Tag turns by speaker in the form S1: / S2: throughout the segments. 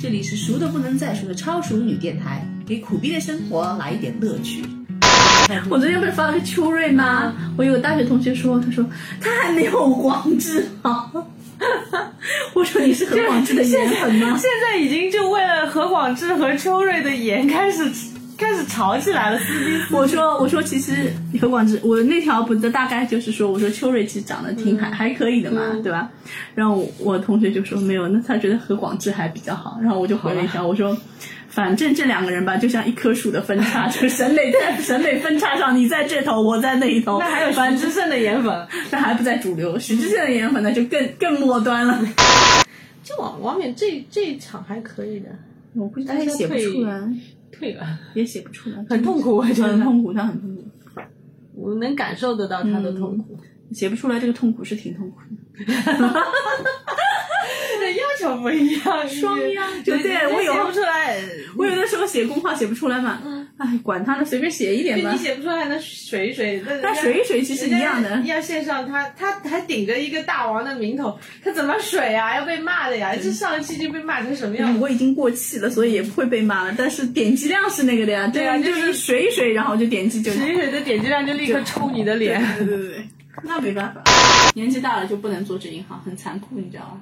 S1: 这里是熟的不能再熟的超熟女电台，给苦逼的生活来一点乐趣。
S2: 我昨天不是发了个秋瑞吗？我有个大学同学说，他说他还没有黄志豪。 我说你是和黄志的缘分 吗？
S3: 现在已经就为了何广智和秋瑞的颜开始开始吵起来了。
S2: 我说我说其实何广智，我那条不的大概就是说，我说秋瑞其实长得挺还、
S3: 嗯
S2: 还可以的嘛，对吧？然后我我同学就说没有，那他觉得何广智还比较好。然后我就回了一条，我说。反正这两个人吧，就像一棵树的分叉，就是审美在 审美分叉上，你在这头，我在那一头。
S3: 那还有
S2: 反
S3: 徐志胜的颜粉，
S2: 但还不在主流，徐志胜的颜粉呢就更更末端了。
S3: 就王王冕这这一场还可以的，
S2: 我估计他也写不出来，
S3: 退了，
S2: 也写不出来，
S3: 很痛苦，我觉
S2: 哎很
S3: 得
S2: 痛苦，他很痛苦，
S3: 我能感受得到他的痛 苦。
S2: 写不出来这个痛苦是挺痛苦的。
S3: 对，要求不一 样，
S2: 双样
S3: 就
S2: 对对我有
S3: 写不出来，
S2: 我有的时候写公号写不出来嘛，哎，管他呢，随便写一点
S3: 对
S2: 吧
S3: 你。写不出来，那水一水，那人
S2: 那
S3: 家
S2: 水一水其实一样的
S3: 人，家要线上他，他还顶着一个大王的名头，他怎么水啊？要被骂的呀！这上一期就被骂成什么样？
S2: 嗯我已经过气了，所以也不会被骂了。但是点击量是那个的呀，对
S3: 啊
S2: 就
S3: 就是是
S2: 水一水，然后就点击就
S3: 水一水的点击量就立刻抽你的脸。
S2: 对对对， 那没办法，年纪大了就不能做正银行，很残酷，你知道吗？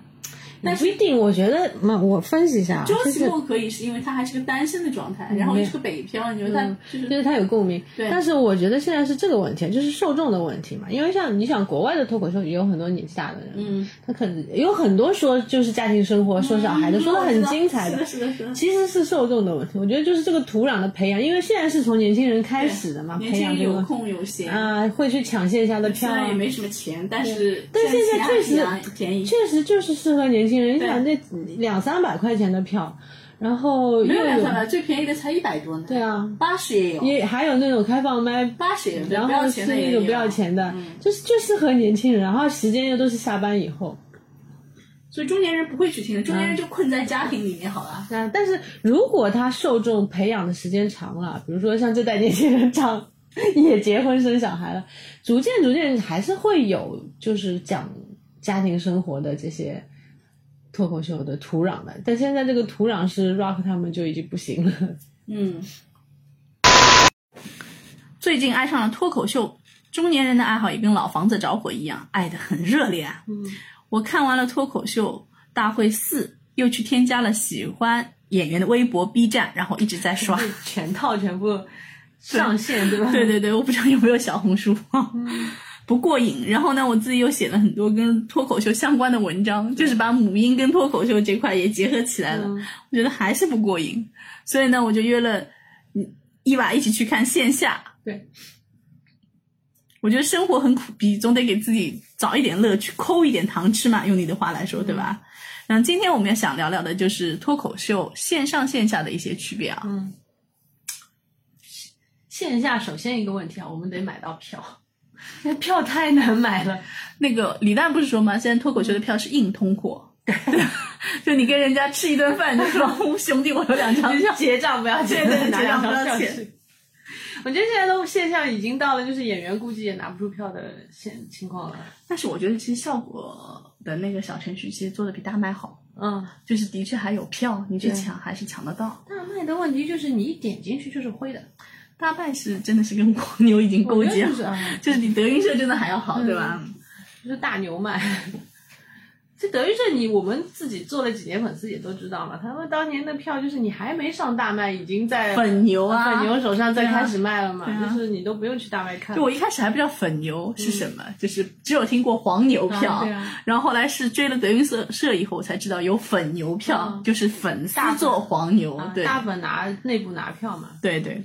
S3: 但
S4: 不一定，我觉得，那我分析一下啊，
S2: 周
S4: 就
S2: 奇
S4: 是嗯
S2: 墨可以是因为他还是个单身的状态，然后又是个北漂，你觉得他就是
S4: 就是他有共鸣，
S2: 对
S4: 但是我觉得现在是这个问题，就是受众的问题嘛，因为像你想，国外的脱口秀也有很多年纪大的人，
S2: 嗯，
S4: 他可能有很多说就是家庭生活、说小孩的，
S2: 嗯
S4: 说的很精彩
S2: 是
S4: 的
S2: 的，，是的，是的。
S4: 其实是受众的问题，我觉得就是这个土壤的培养，因为现在是从年轻人开始的嘛，
S2: 年
S4: 培
S2: 轻
S4: 养
S2: 人
S4: 这
S2: 有
S4: 个
S2: 空有闲，
S4: 啊、会去抢线下的票
S2: 虽然
S4: 啊
S2: 也，没什么钱，但是
S4: 但现在确实
S2: 便宜，
S4: 确实就是适合年轻人。你
S2: 对
S4: 想那两三百块钱的票，然后
S2: 没
S4: 又
S2: 有两
S4: 有
S2: 三百，最便宜的才一百多呢。
S4: 对，啊，
S2: 八十也有，
S4: 也还有那种开放麦。
S2: 八十也有，
S4: 然
S2: 不要
S4: 后
S2: 钱
S4: 是
S2: 的也
S4: 那
S2: 有
S4: 种不
S3: 啊
S4: 要钱的，
S3: 嗯
S4: 就是就适合年轻人，然后时间又都是下班以后。
S2: 所以中年人不会去
S4: 嗯
S2: 听的，中年人就困在家庭里面好了。
S4: 那但是如果他受众培养的时间长了，比如说像这代年轻人长也结婚生小孩了，逐渐逐渐还是会有就是讲家庭生活的这些脱口秀的土壤的。但现在这个土壤是 Rock 他们就已经不行了。
S2: 嗯，最近爱上了脱口秀，中年人的爱好也跟老房子着火一样，爱得很热烈啊。嗯，我看完了脱口秀大会四，又去添加了喜欢演员的微博、B 站，然后一直在刷。
S3: 全套全部上线，对 吧？
S2: 对对对，我不知道有没有小红书。 不过瘾，然后呢，我自己又写了很多跟脱口秀相关的文章，就是把母婴跟脱口秀这块也结合起来
S3: 嗯
S2: 了。我觉得还是不过瘾，所以呢，我就约了嗯伊娃一起去看线下。
S3: 对，
S2: 我觉得生活很苦逼，总得给自己找一点乐趣，抠一点糖吃嘛，用你的话来说，对吧？然后今天我们要想聊聊的就是脱口秀线上线下的一些区别啊。
S3: 嗯线下首先一个问题啊，我们得买到票，那 票太难买 了。
S2: 那个李诞不是说吗？现在脱口秀的票是硬通货， 就你跟人家吃一顿饭，你就说哦兄弟，我有两 张票，
S3: 结账不要钱，
S2: 对 对
S3: 拿
S2: 结账
S3: 两
S2: 不要
S3: 张票
S2: 钱
S3: 去。我觉得现在都线上已经到了，就是演员估计也拿不出票的现情况了。
S2: 但是我觉得其实效果的那个小程序其实做的比大麦好，
S3: 嗯，
S2: 就是的确还有票，你去抢还是抢得到。
S3: 大麦的问题就是你一点进去就是灰的，
S2: 大麦是真的是跟黄牛已经勾
S3: 我觉
S2: 结
S3: 得
S2: 了，
S3: 就是嗯啊，
S2: 就是比德云社真的还要好，对吧？
S3: 就是大牛卖。 这德云社你我们自己做了几年粉丝也都知道嘛，他们当年的票就是你还没上大麦，已经在
S2: 粉牛啊，
S3: 粉牛手上
S2: 对
S3: 在
S2: 啊
S3: 开始卖了嘛，
S2: 对啊
S3: 就是你都不用去大麦看
S2: 就。我一开始还不知道粉牛是什么，就是只有听过黄牛票，
S3: 嗯啊对啊
S2: 然后后来是追了德云社社以后，我才知道有粉牛票，
S3: 啊
S2: 就是粉丝
S3: 大粉
S2: 做黄牛，
S3: 啊
S2: 嗯对
S3: 大本拿内部拿票嘛，
S2: 对对，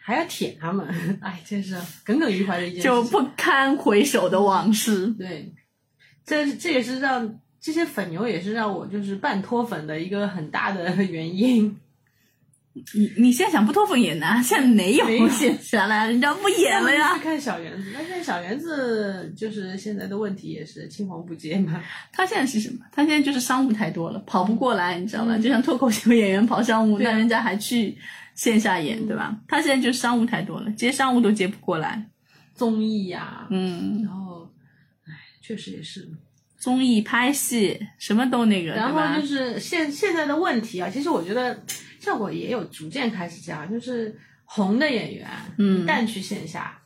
S3: 还要舔 他们，哎，真是耿耿于怀的一件事情。
S2: 就不堪回首的往事。
S3: 对，这是这也是让这些粉牛也是让我就是半脱粉的一个很大的 原因。
S2: 你你现在想不脱粉也难，现在没
S3: 没有
S2: 有线下了，人家不演了
S3: 去
S2: 呀。
S3: 看小圆子，但现在小圆子就是现在的问题也是青黄不接嘛。
S2: 他现在是什么？他现在就是商务太多了，跑不过来，你知道吧？就像脱口秀演员跑商务，
S3: 嗯对啊嗯
S2: 那人家还去线下演，对吧？他现在就是商务太多了，接商务都接不过来。
S3: 综艺呀、
S2: 嗯，
S3: 然后，哎，确实也是。
S2: 综艺、拍戏，什么都那个，
S3: 然
S2: 对
S3: 后
S2: 吧
S3: 就？是现现在的问题啊，其实我觉得效果也有逐渐开始这样，就是红的演员，
S2: 嗯
S3: 一旦去线下，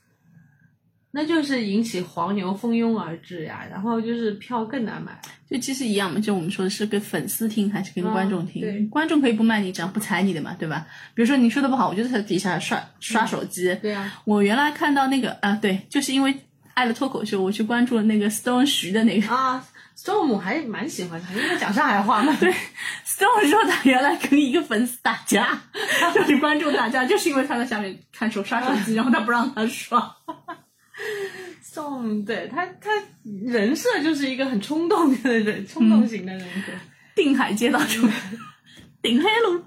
S3: 那就是引起黄牛蜂拥而至呀，然后就是票更难买。
S2: 就其实一样嘛，就我们说的是跟粉丝听还是跟
S3: 嗯
S2: 观众听？
S3: 对
S2: 观众可以不卖你账，不踩你的嘛，对吧？比如说你说的不好，我就在底下刷刷手机。
S3: 嗯对啊，
S2: 我原来看到那个啊，对，就是因为爱了脱口秀，我去关注了那个 Stone 徐的那个。
S3: 啊，Storm 还蛮喜欢他，因为他讲上海话嘛。对，
S2: Stone 说他原来跟一个粉丝打架， 就是观众打架，就是因为他在下面看手刷手机，然后他不让他刷。
S3: 宋对他他人设就是一个很冲动的人，冲
S2: 嗯
S3: 动型的人格。
S2: 定海街道 什么？顶黑路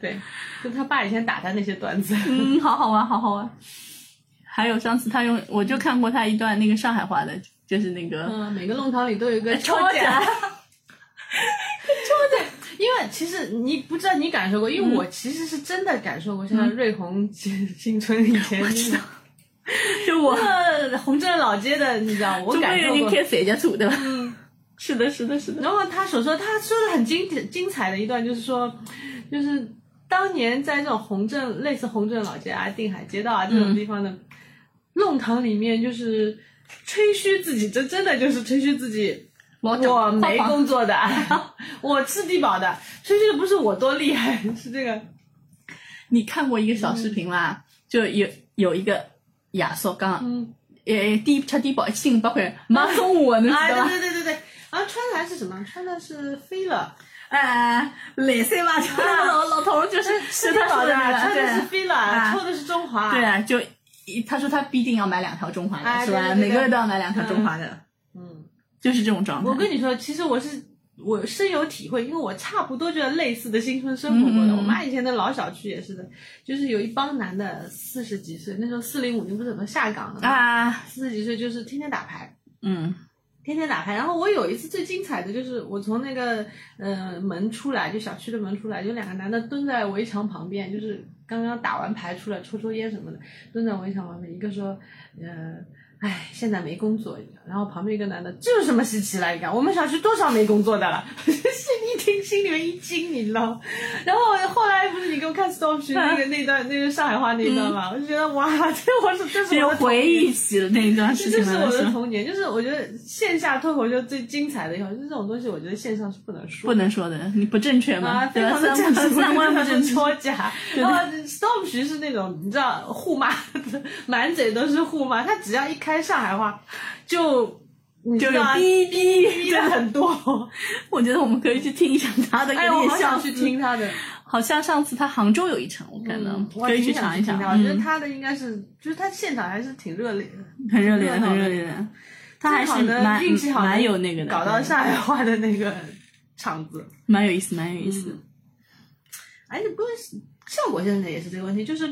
S3: 对，就他爸以前打他那些段子。
S2: 嗯，好好玩，好好玩。还有上次他用，我就看过他一段那个上海话的，就是那个
S3: 嗯，每个弄堂里都有一个
S2: 哎戳
S3: 奖
S2: 奖，
S3: 因为其实你不知道你感受过，因为我其实是真的感受过，像瑞红新新村以前那个
S2: 就我，
S3: 呃红镇老街的，你知道我
S2: 中国
S3: 感受
S2: 人你
S3: 过。嗯
S2: 贴谁家土对吧？是的，是的，是的。
S3: 然后他所说，他说的很精精彩的一段，就是说，就是当年在这种红镇类似红镇老街啊、定海街道啊这种地方的弄堂里面，就是吹嘘自己，这真的就是吹嘘自己。
S2: 我
S3: 我没工作的， 我吃低保的，吹嘘的不是我多厉害， 是这个
S2: 你看过一个小视频啦，就有有一个亚索刚
S3: 嗯，
S2: 诶，低吃低保性包括马中文，你知
S3: 啊，
S2: 道吧？
S3: 对对对对对，啊，穿的还是什么？穿的是飞了，
S2: 哎，来塞吧，就是那个老老头儿就是
S3: 是
S2: 是
S3: 的
S2: 他
S3: 宝
S2: 说
S3: 的，
S2: 的那
S3: 穿
S2: 个，对
S3: 的是飞
S2: 啊
S3: 了，抽的是中华，
S2: 对，啊，就一他说他必定要买两条中华的，
S3: 哎
S2: 是吧？
S3: 对对对对
S2: 每个人都要买两条中华的，
S3: 嗯，
S2: 就是这种状态。
S3: 我跟你说，其实我是我深有体会，因为我差不多就类似的新春生活过的。
S2: 嗯嗯嗯
S3: 我妈以前的老小区也是的，就是有一帮男的四十几岁，那时候四零五零不是很多下岗的嘛，
S2: 啊，
S3: 四十几岁就是天天打牌，
S2: 嗯
S3: 天天打牌。然后我有一次最精彩的就是我从那个呃门出来，就小区的门出来，有两个男的蹲在围墙旁边，就是刚刚打完牌出来抽抽烟什么的，蹲在围墙旁边。一个说，呃，哎，现在没工作。然后旁边一个男的，这有什么稀奇了？你看我们小区多少没工作的了。 是一听心里面一惊，你知道吗？然后后来不是你给我看 Stop 去那个那段那个上海话那一段嘛，我就觉得哇，这我是这是
S2: 只有
S3: 我的童
S2: 回
S3: 年
S2: 忆起了那一段
S3: 这
S2: 事
S3: 就
S2: 情啊
S3: 是
S2: 来
S3: 我的
S2: 说，
S3: 童年，就是我觉得线下脱口秀最精彩的一环，就是这种东西，我觉得线上是不能说
S2: 不。能说的，你不正确嘛，
S3: 啊，
S2: 对
S3: 非
S2: 吧？
S3: 常的
S2: 三观三观不正确。
S3: 说假。 然后 Storm 徐是那种你知道互骂，满嘴都是互骂，他只要一开上海话，就你
S2: 就
S3: 知
S2: 有
S3: 道啊
S2: 哔
S3: 逼
S2: 哔，
S3: 的很多。
S2: 我觉得我们可以去听一下他的，
S3: 哎，
S2: 有
S3: 我
S2: 点
S3: 好想
S2: 像
S3: 去听他的，
S2: 好像上次他杭州有一场，我看到
S3: 嗯，我
S2: 可以
S3: 挺
S2: 去
S3: 想
S2: 尝
S3: 去
S2: 一尝
S3: 听，的我觉得
S2: 嗯，
S3: 他的应该是，就是他现场还是挺热烈的。
S2: 很热烈的，
S3: 挺
S2: 很
S3: 好的
S2: 热烈的，他还是
S3: 正好呢
S2: 蛮
S3: 运气好呢
S2: 蛮有那个的，
S3: 搞到上海话的那个场子。
S2: 蛮有意思，蛮有意思
S3: 嗯。哎，你不是效果现在也是这个问题，就是，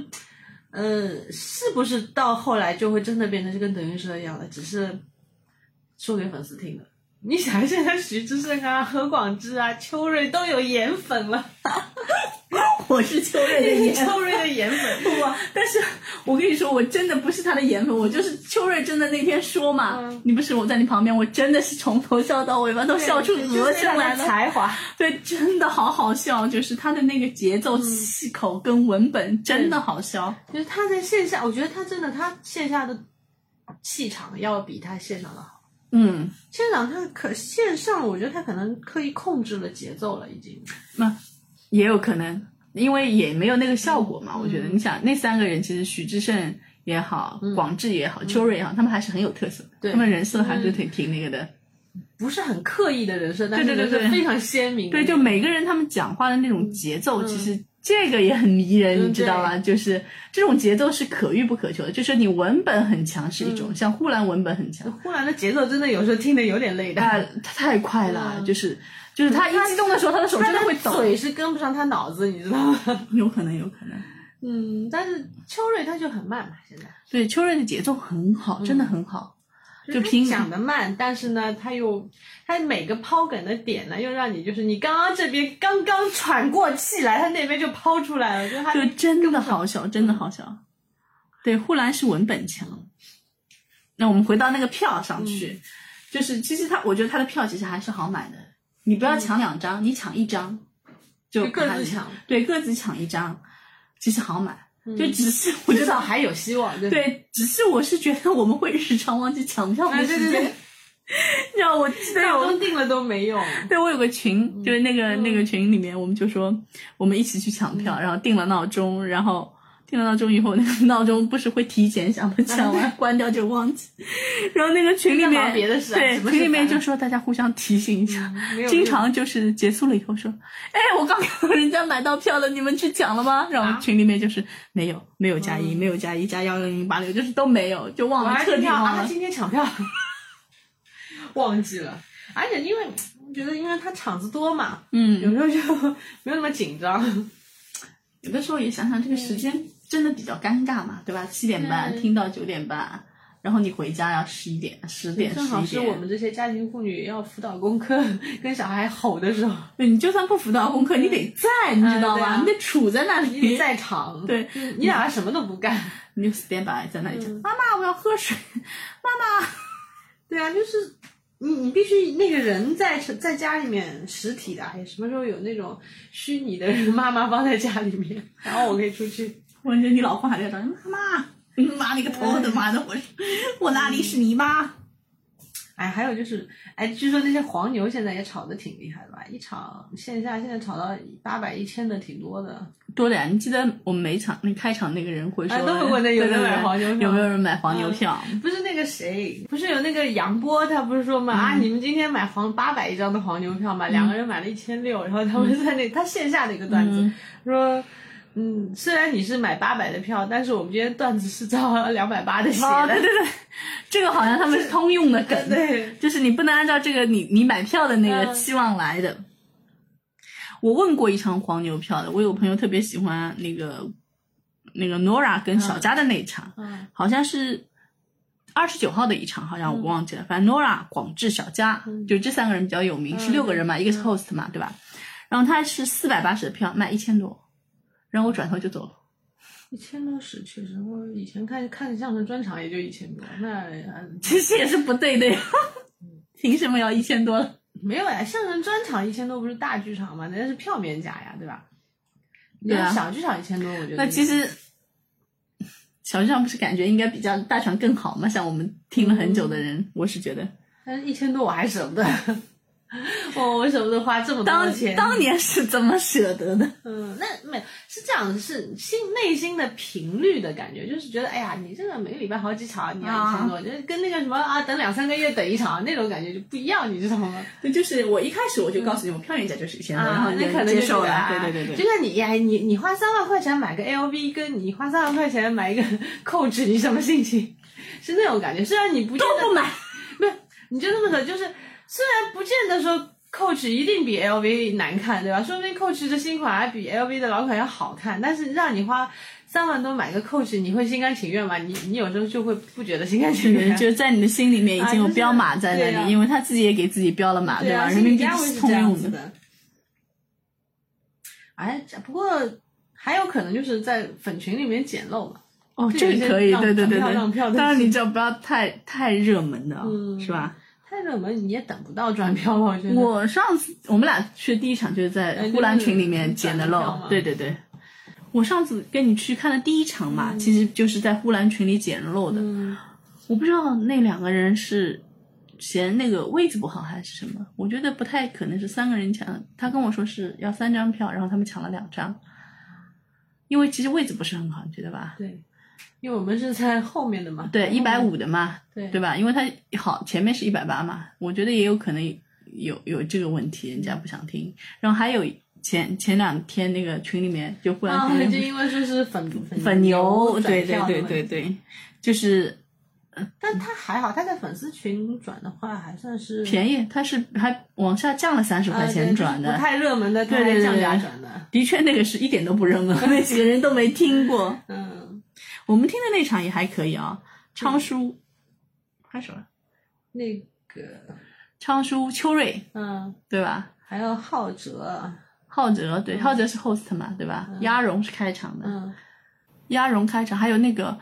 S3: 呃，是不是到后来就会真的变成就跟德云社一样了，只是说给粉丝听的？你想现在徐志胜啊、何广智啊、秋瑞都有颜粉了，
S2: 我是秋瑞的 颜
S3: 秋瑞的颜粉，
S2: 我， 但是我跟你说，我真的不是他的颜粉，我就是秋瑞真的那天说嘛，
S3: 嗯
S2: 你不是我在你旁边，我真的是从头笑到尾巴，都笑出鹅
S3: 就是
S2: 下
S3: 他
S2: 来
S3: 的
S2: 了。
S3: 才华，
S2: 对，真的好好笑，就是他的那个节奏、
S3: 嗯
S2: 气口跟文本真的好笑。
S3: 就是他在线下，我觉得他真的他线下的气场要比他线上的好。
S2: 嗯，
S3: 现场他可线上，我觉得他可能刻意控制了节奏了，已经。
S2: 那也有可能，因为也没有那个效果
S3: 嗯
S2: 嘛。我觉得，你想那三个人，其实徐志胜也好，广智也好，秋瑞也好，他们还是很有特色的，
S3: 嗯对嗯
S2: 他们人设还是挺挺那个的。
S3: 不是很刻意的人设，但是
S2: 对对
S3: 就
S2: 对
S3: 是非常鲜明的
S2: 对，就每个人他们讲话的那种节奏，其实这个也很迷人，
S3: 嗯
S2: 你知道吧？就是这种节奏是可遇不可求的，就是你文本很强
S3: 嗯
S2: 是一种，像呼兰文本很强，
S3: 忽然的节奏，真的有时候听得有点累 的。
S2: 啊，他太快了，就是就是他一激动的时候，他的手真的会
S3: 嗯他
S2: 抖，
S3: 嘴是跟不上他脑子，你知道吗？
S2: 有可能，有可能。
S3: 嗯，但是秋瑞他就很慢嘛，现在
S2: 对，秋瑞的节奏很好，真的很好，就
S3: 他
S2: 平
S3: 嗯讲的慢，但是呢，他又他每个抛梗的点呢，又让你就是你刚刚这边刚刚喘过气来，他那边就抛出来了，就他嗯
S2: 就真的好笑，真的好笑。
S3: 嗯
S2: 对，呼兰是文本强。那我们回到那个票上去，就是其实他，我觉得他的票其实还是好买的。你不要抢两张，你抢一张就
S3: 嗯就各
S2: 还
S3: 自抢，
S2: 对，各自抢一张，其实好买。就
S3: 嗯
S2: 只 是我觉
S3: 至
S2: 得
S3: 少还有希望。对，
S2: 对，只是我是觉得我们会日常忘记抢票
S3: 啊
S2: 的
S3: 对
S2: 时
S3: 对
S2: 间
S3: 对。，
S2: 你知道，我记得
S3: 闹
S2: 有
S3: 钟定了都没用。
S2: 对我有个
S3: 嗯
S2: 群，就是那个、那个群里面，我们就说我们一起去抢
S3: 嗯
S2: 票，然后定了闹钟，然后定了闹钟以后，那个闹钟不是会提前响的，响 完关掉就忘记。然后那个群里
S3: 在
S2: 面
S3: 忙别的事啊
S2: 对
S3: 什么
S2: 群
S3: 事
S2: 里面
S3: 烦
S2: 就说大家互相提醒一下，
S3: 嗯没有
S2: 经
S3: 用
S2: 常就是结束了以后说，哎，我刚 看到人家买到票了，你们去抢了吗？然
S3: 啊
S2: 后群里面就是没有，没有加一，没有加一，加幺幺零八六，就是都没有，就忘
S3: 嗯我
S2: 了，
S3: 还
S2: 彻
S3: 听
S2: 底
S3: 到
S2: 忘
S3: 啊，
S2: 了。
S3: 今天抢票， 忘记了。而且因为我觉得，因为他场子多嘛，
S2: 嗯，
S3: 有时候就 没有那么紧张。
S2: 有的时候也想想这个时间真的比较尴尬嘛，对吧？七点半
S3: 嗯
S2: 听到九点半，然后你回家要十一点、十点、
S3: 正好
S2: 十一
S3: 是我
S2: 点。
S3: 们这些家庭妇女要辅导功课、跟小孩吼的时候，
S2: 对你就算不辅导功课，你得在，你知道
S3: 嗯对
S2: 吧？
S3: 啊嗯
S2: 你得杵在那
S3: 你
S2: 里，
S3: 在场，
S2: 对，
S3: 你哪怕什么都不干。
S2: 你就 stand by 在那里讲，
S3: 嗯
S2: 妈妈，我要喝水。
S3: 对啊，就是你你必须那个人在在家里面实体的，哎，什么时候有那种虚拟的人妈妈放在家里面，然后我可以出去。
S2: 我觉得你老公还在那妈。妈了个头！
S3: 嗯
S2: 我的妈的，我我哪里是你妈？
S3: 哎，还有就是，哎，据说那些黄牛现在也炒的挺厉害的吧？一场线下现在炒到八百一千的挺多的。
S2: 多的呀！你记得我们每场那开场那个人会说，
S3: 哎都会问那有没有人买黄牛票
S2: 有没有人买黄牛票？
S3: 不是那个谁，不是有那个杨波，他不是说嘛、啊，你们今天买黄八百一张的黄牛票嘛，两个人买了一千六，然后他们在那他线下的一个段子、
S2: 嗯
S3: 说。嗯，虽然你是买八百的票，但是我们今天段子是照两百八的写
S2: 哦，
S3: 的
S2: 对，对对，这个好像他们是通用的梗，
S3: 嗯对，
S2: 就是你不能按照这个你你买票的那个
S3: 嗯
S2: 期望来的。我问过一场黄牛票的，我有朋友特别喜欢那个那个 Nora 跟小佳的那一场，
S3: 嗯
S2: 好像是二十九号的一场，好像我忘记了。反正 Nora、广志、小佳、就这三个人比较有名，是六个人嘛，一个是 host 嘛，对吧？然后他是四百八十的票，卖一千多，然后我转头就走了。
S3: 一千多是确实，我以前看看相声专场也就一千多，那 呃
S2: 其实也是不对的呀，凭什么要一千多了？
S3: 没有呀，相声专场一千多不是大剧场嘛，人家是票面价呀，对吧？
S2: 对啊
S3: 你要小剧场一千多，我觉得
S2: 那其实 小剧场不是感觉应该比较大场更好吗？像我们听了很久的人，我是觉得
S3: 但是一千多我还舍不得， 我我舍不得花这么多
S2: 当
S3: 的钱。
S2: 当年是怎么舍得的？
S3: 嗯，那没有是这样，是心内心的频率的感觉，就是觉得哎呀，你这个每个礼拜好几场，你要一千多，就是跟那个什么啊，等两三个月等一场那种感觉就不一样，你知道吗？
S2: 对，就是我一开始我就告诉你，我票原价就是一千
S3: 啊，那可能就觉得啊就。像你哎，你你花三万块钱买个 LV，跟你花三万块钱买一个 Coach，你什么心情？ 是那种感觉，虽然你不见
S2: 都
S3: 得
S2: 不 买，
S3: 没有，你就这么说，就是虽然不见得说 Coach 一定比 LV 难看，对吧？说不定 Coach 的新款还比 LV 的老款要好看，但是让你花三万多买个 Coach，你会心甘情愿吗？你你有时候就会不觉得心甘情愿。啊
S2: 就是在你的心里面已经有
S3: 啊就是
S2: 标码在那里，
S3: 对啊
S2: 因为他自己也给自己标了码，
S3: 对
S2: 吧？
S3: 啊，
S2: 人民币
S3: 家会
S2: 是
S3: 是这
S2: 通
S3: 样
S2: 用
S3: 子。的。哎，不过还有可能就是在粉群里面捡漏嘛。
S2: 哦，
S3: 这
S2: 这个
S3: 有些
S2: 可以，
S3: 让
S2: 对对对
S3: 让
S2: 对
S3: 让票。的
S2: 当然，你只要不要太太热门的啊，
S3: 嗯
S2: 是吧？
S3: 太热门你也等不到转票吧？我觉得。哎
S2: 我上次我们俩去的第一场就是在呼兰群里面捡的
S3: 嗯就是转的票
S2: 漏
S3: 嘛，
S2: 对对对。我上次跟你去看的第一场嘛，其实就是在呼兰群里捡漏的。
S3: 嗯，
S2: 我不知道那两个人是嫌那个位置不好还是什么，我觉得不太可能是三个人抢。他跟我说是要三张票，然后他们抢了两张，因为其实位置不是很好，你觉得吧？
S3: 对，因为我们是在后面的嘛。
S2: 对，一百五的嘛，
S3: 对
S2: 对吧？因为他好前面是一百八嘛，我觉得也有可能有有这个问题，人家不想听。然后还有前前两天那个群里面就忽然
S3: 啊，
S2: 群里
S3: 就
S2: 面
S3: 因为说是粉粉
S2: 粉牛，
S3: 转
S2: 对对
S3: 票的
S2: 对
S3: 问
S2: 对
S3: 题，
S2: 对，就是
S3: 但他还好，他在粉丝群转的话还算是
S2: 便宜，它是还往下降了三十
S3: 啊
S2: 块
S3: 对
S2: 钱
S3: 就是
S2: 转的。
S3: 不太热门的，他
S2: 对对
S3: 还
S2: 对
S3: 降
S2: 对
S3: 价
S2: 对
S3: 转的。
S2: 的确，那个是一点都不热 门，那几个人都没听过。
S3: 嗯，
S2: 我们听的那场也还可以啊，昌叔，还有什么？
S3: 那个，
S2: 昌叔、秋瑞，
S3: 嗯，
S2: 对吧？
S3: 还有浩哲，
S2: 浩哲，对，浩哲是 host 嘛，对吧？鸭绒是开场的，
S3: 嗯
S2: 鸭绒开场，还有那个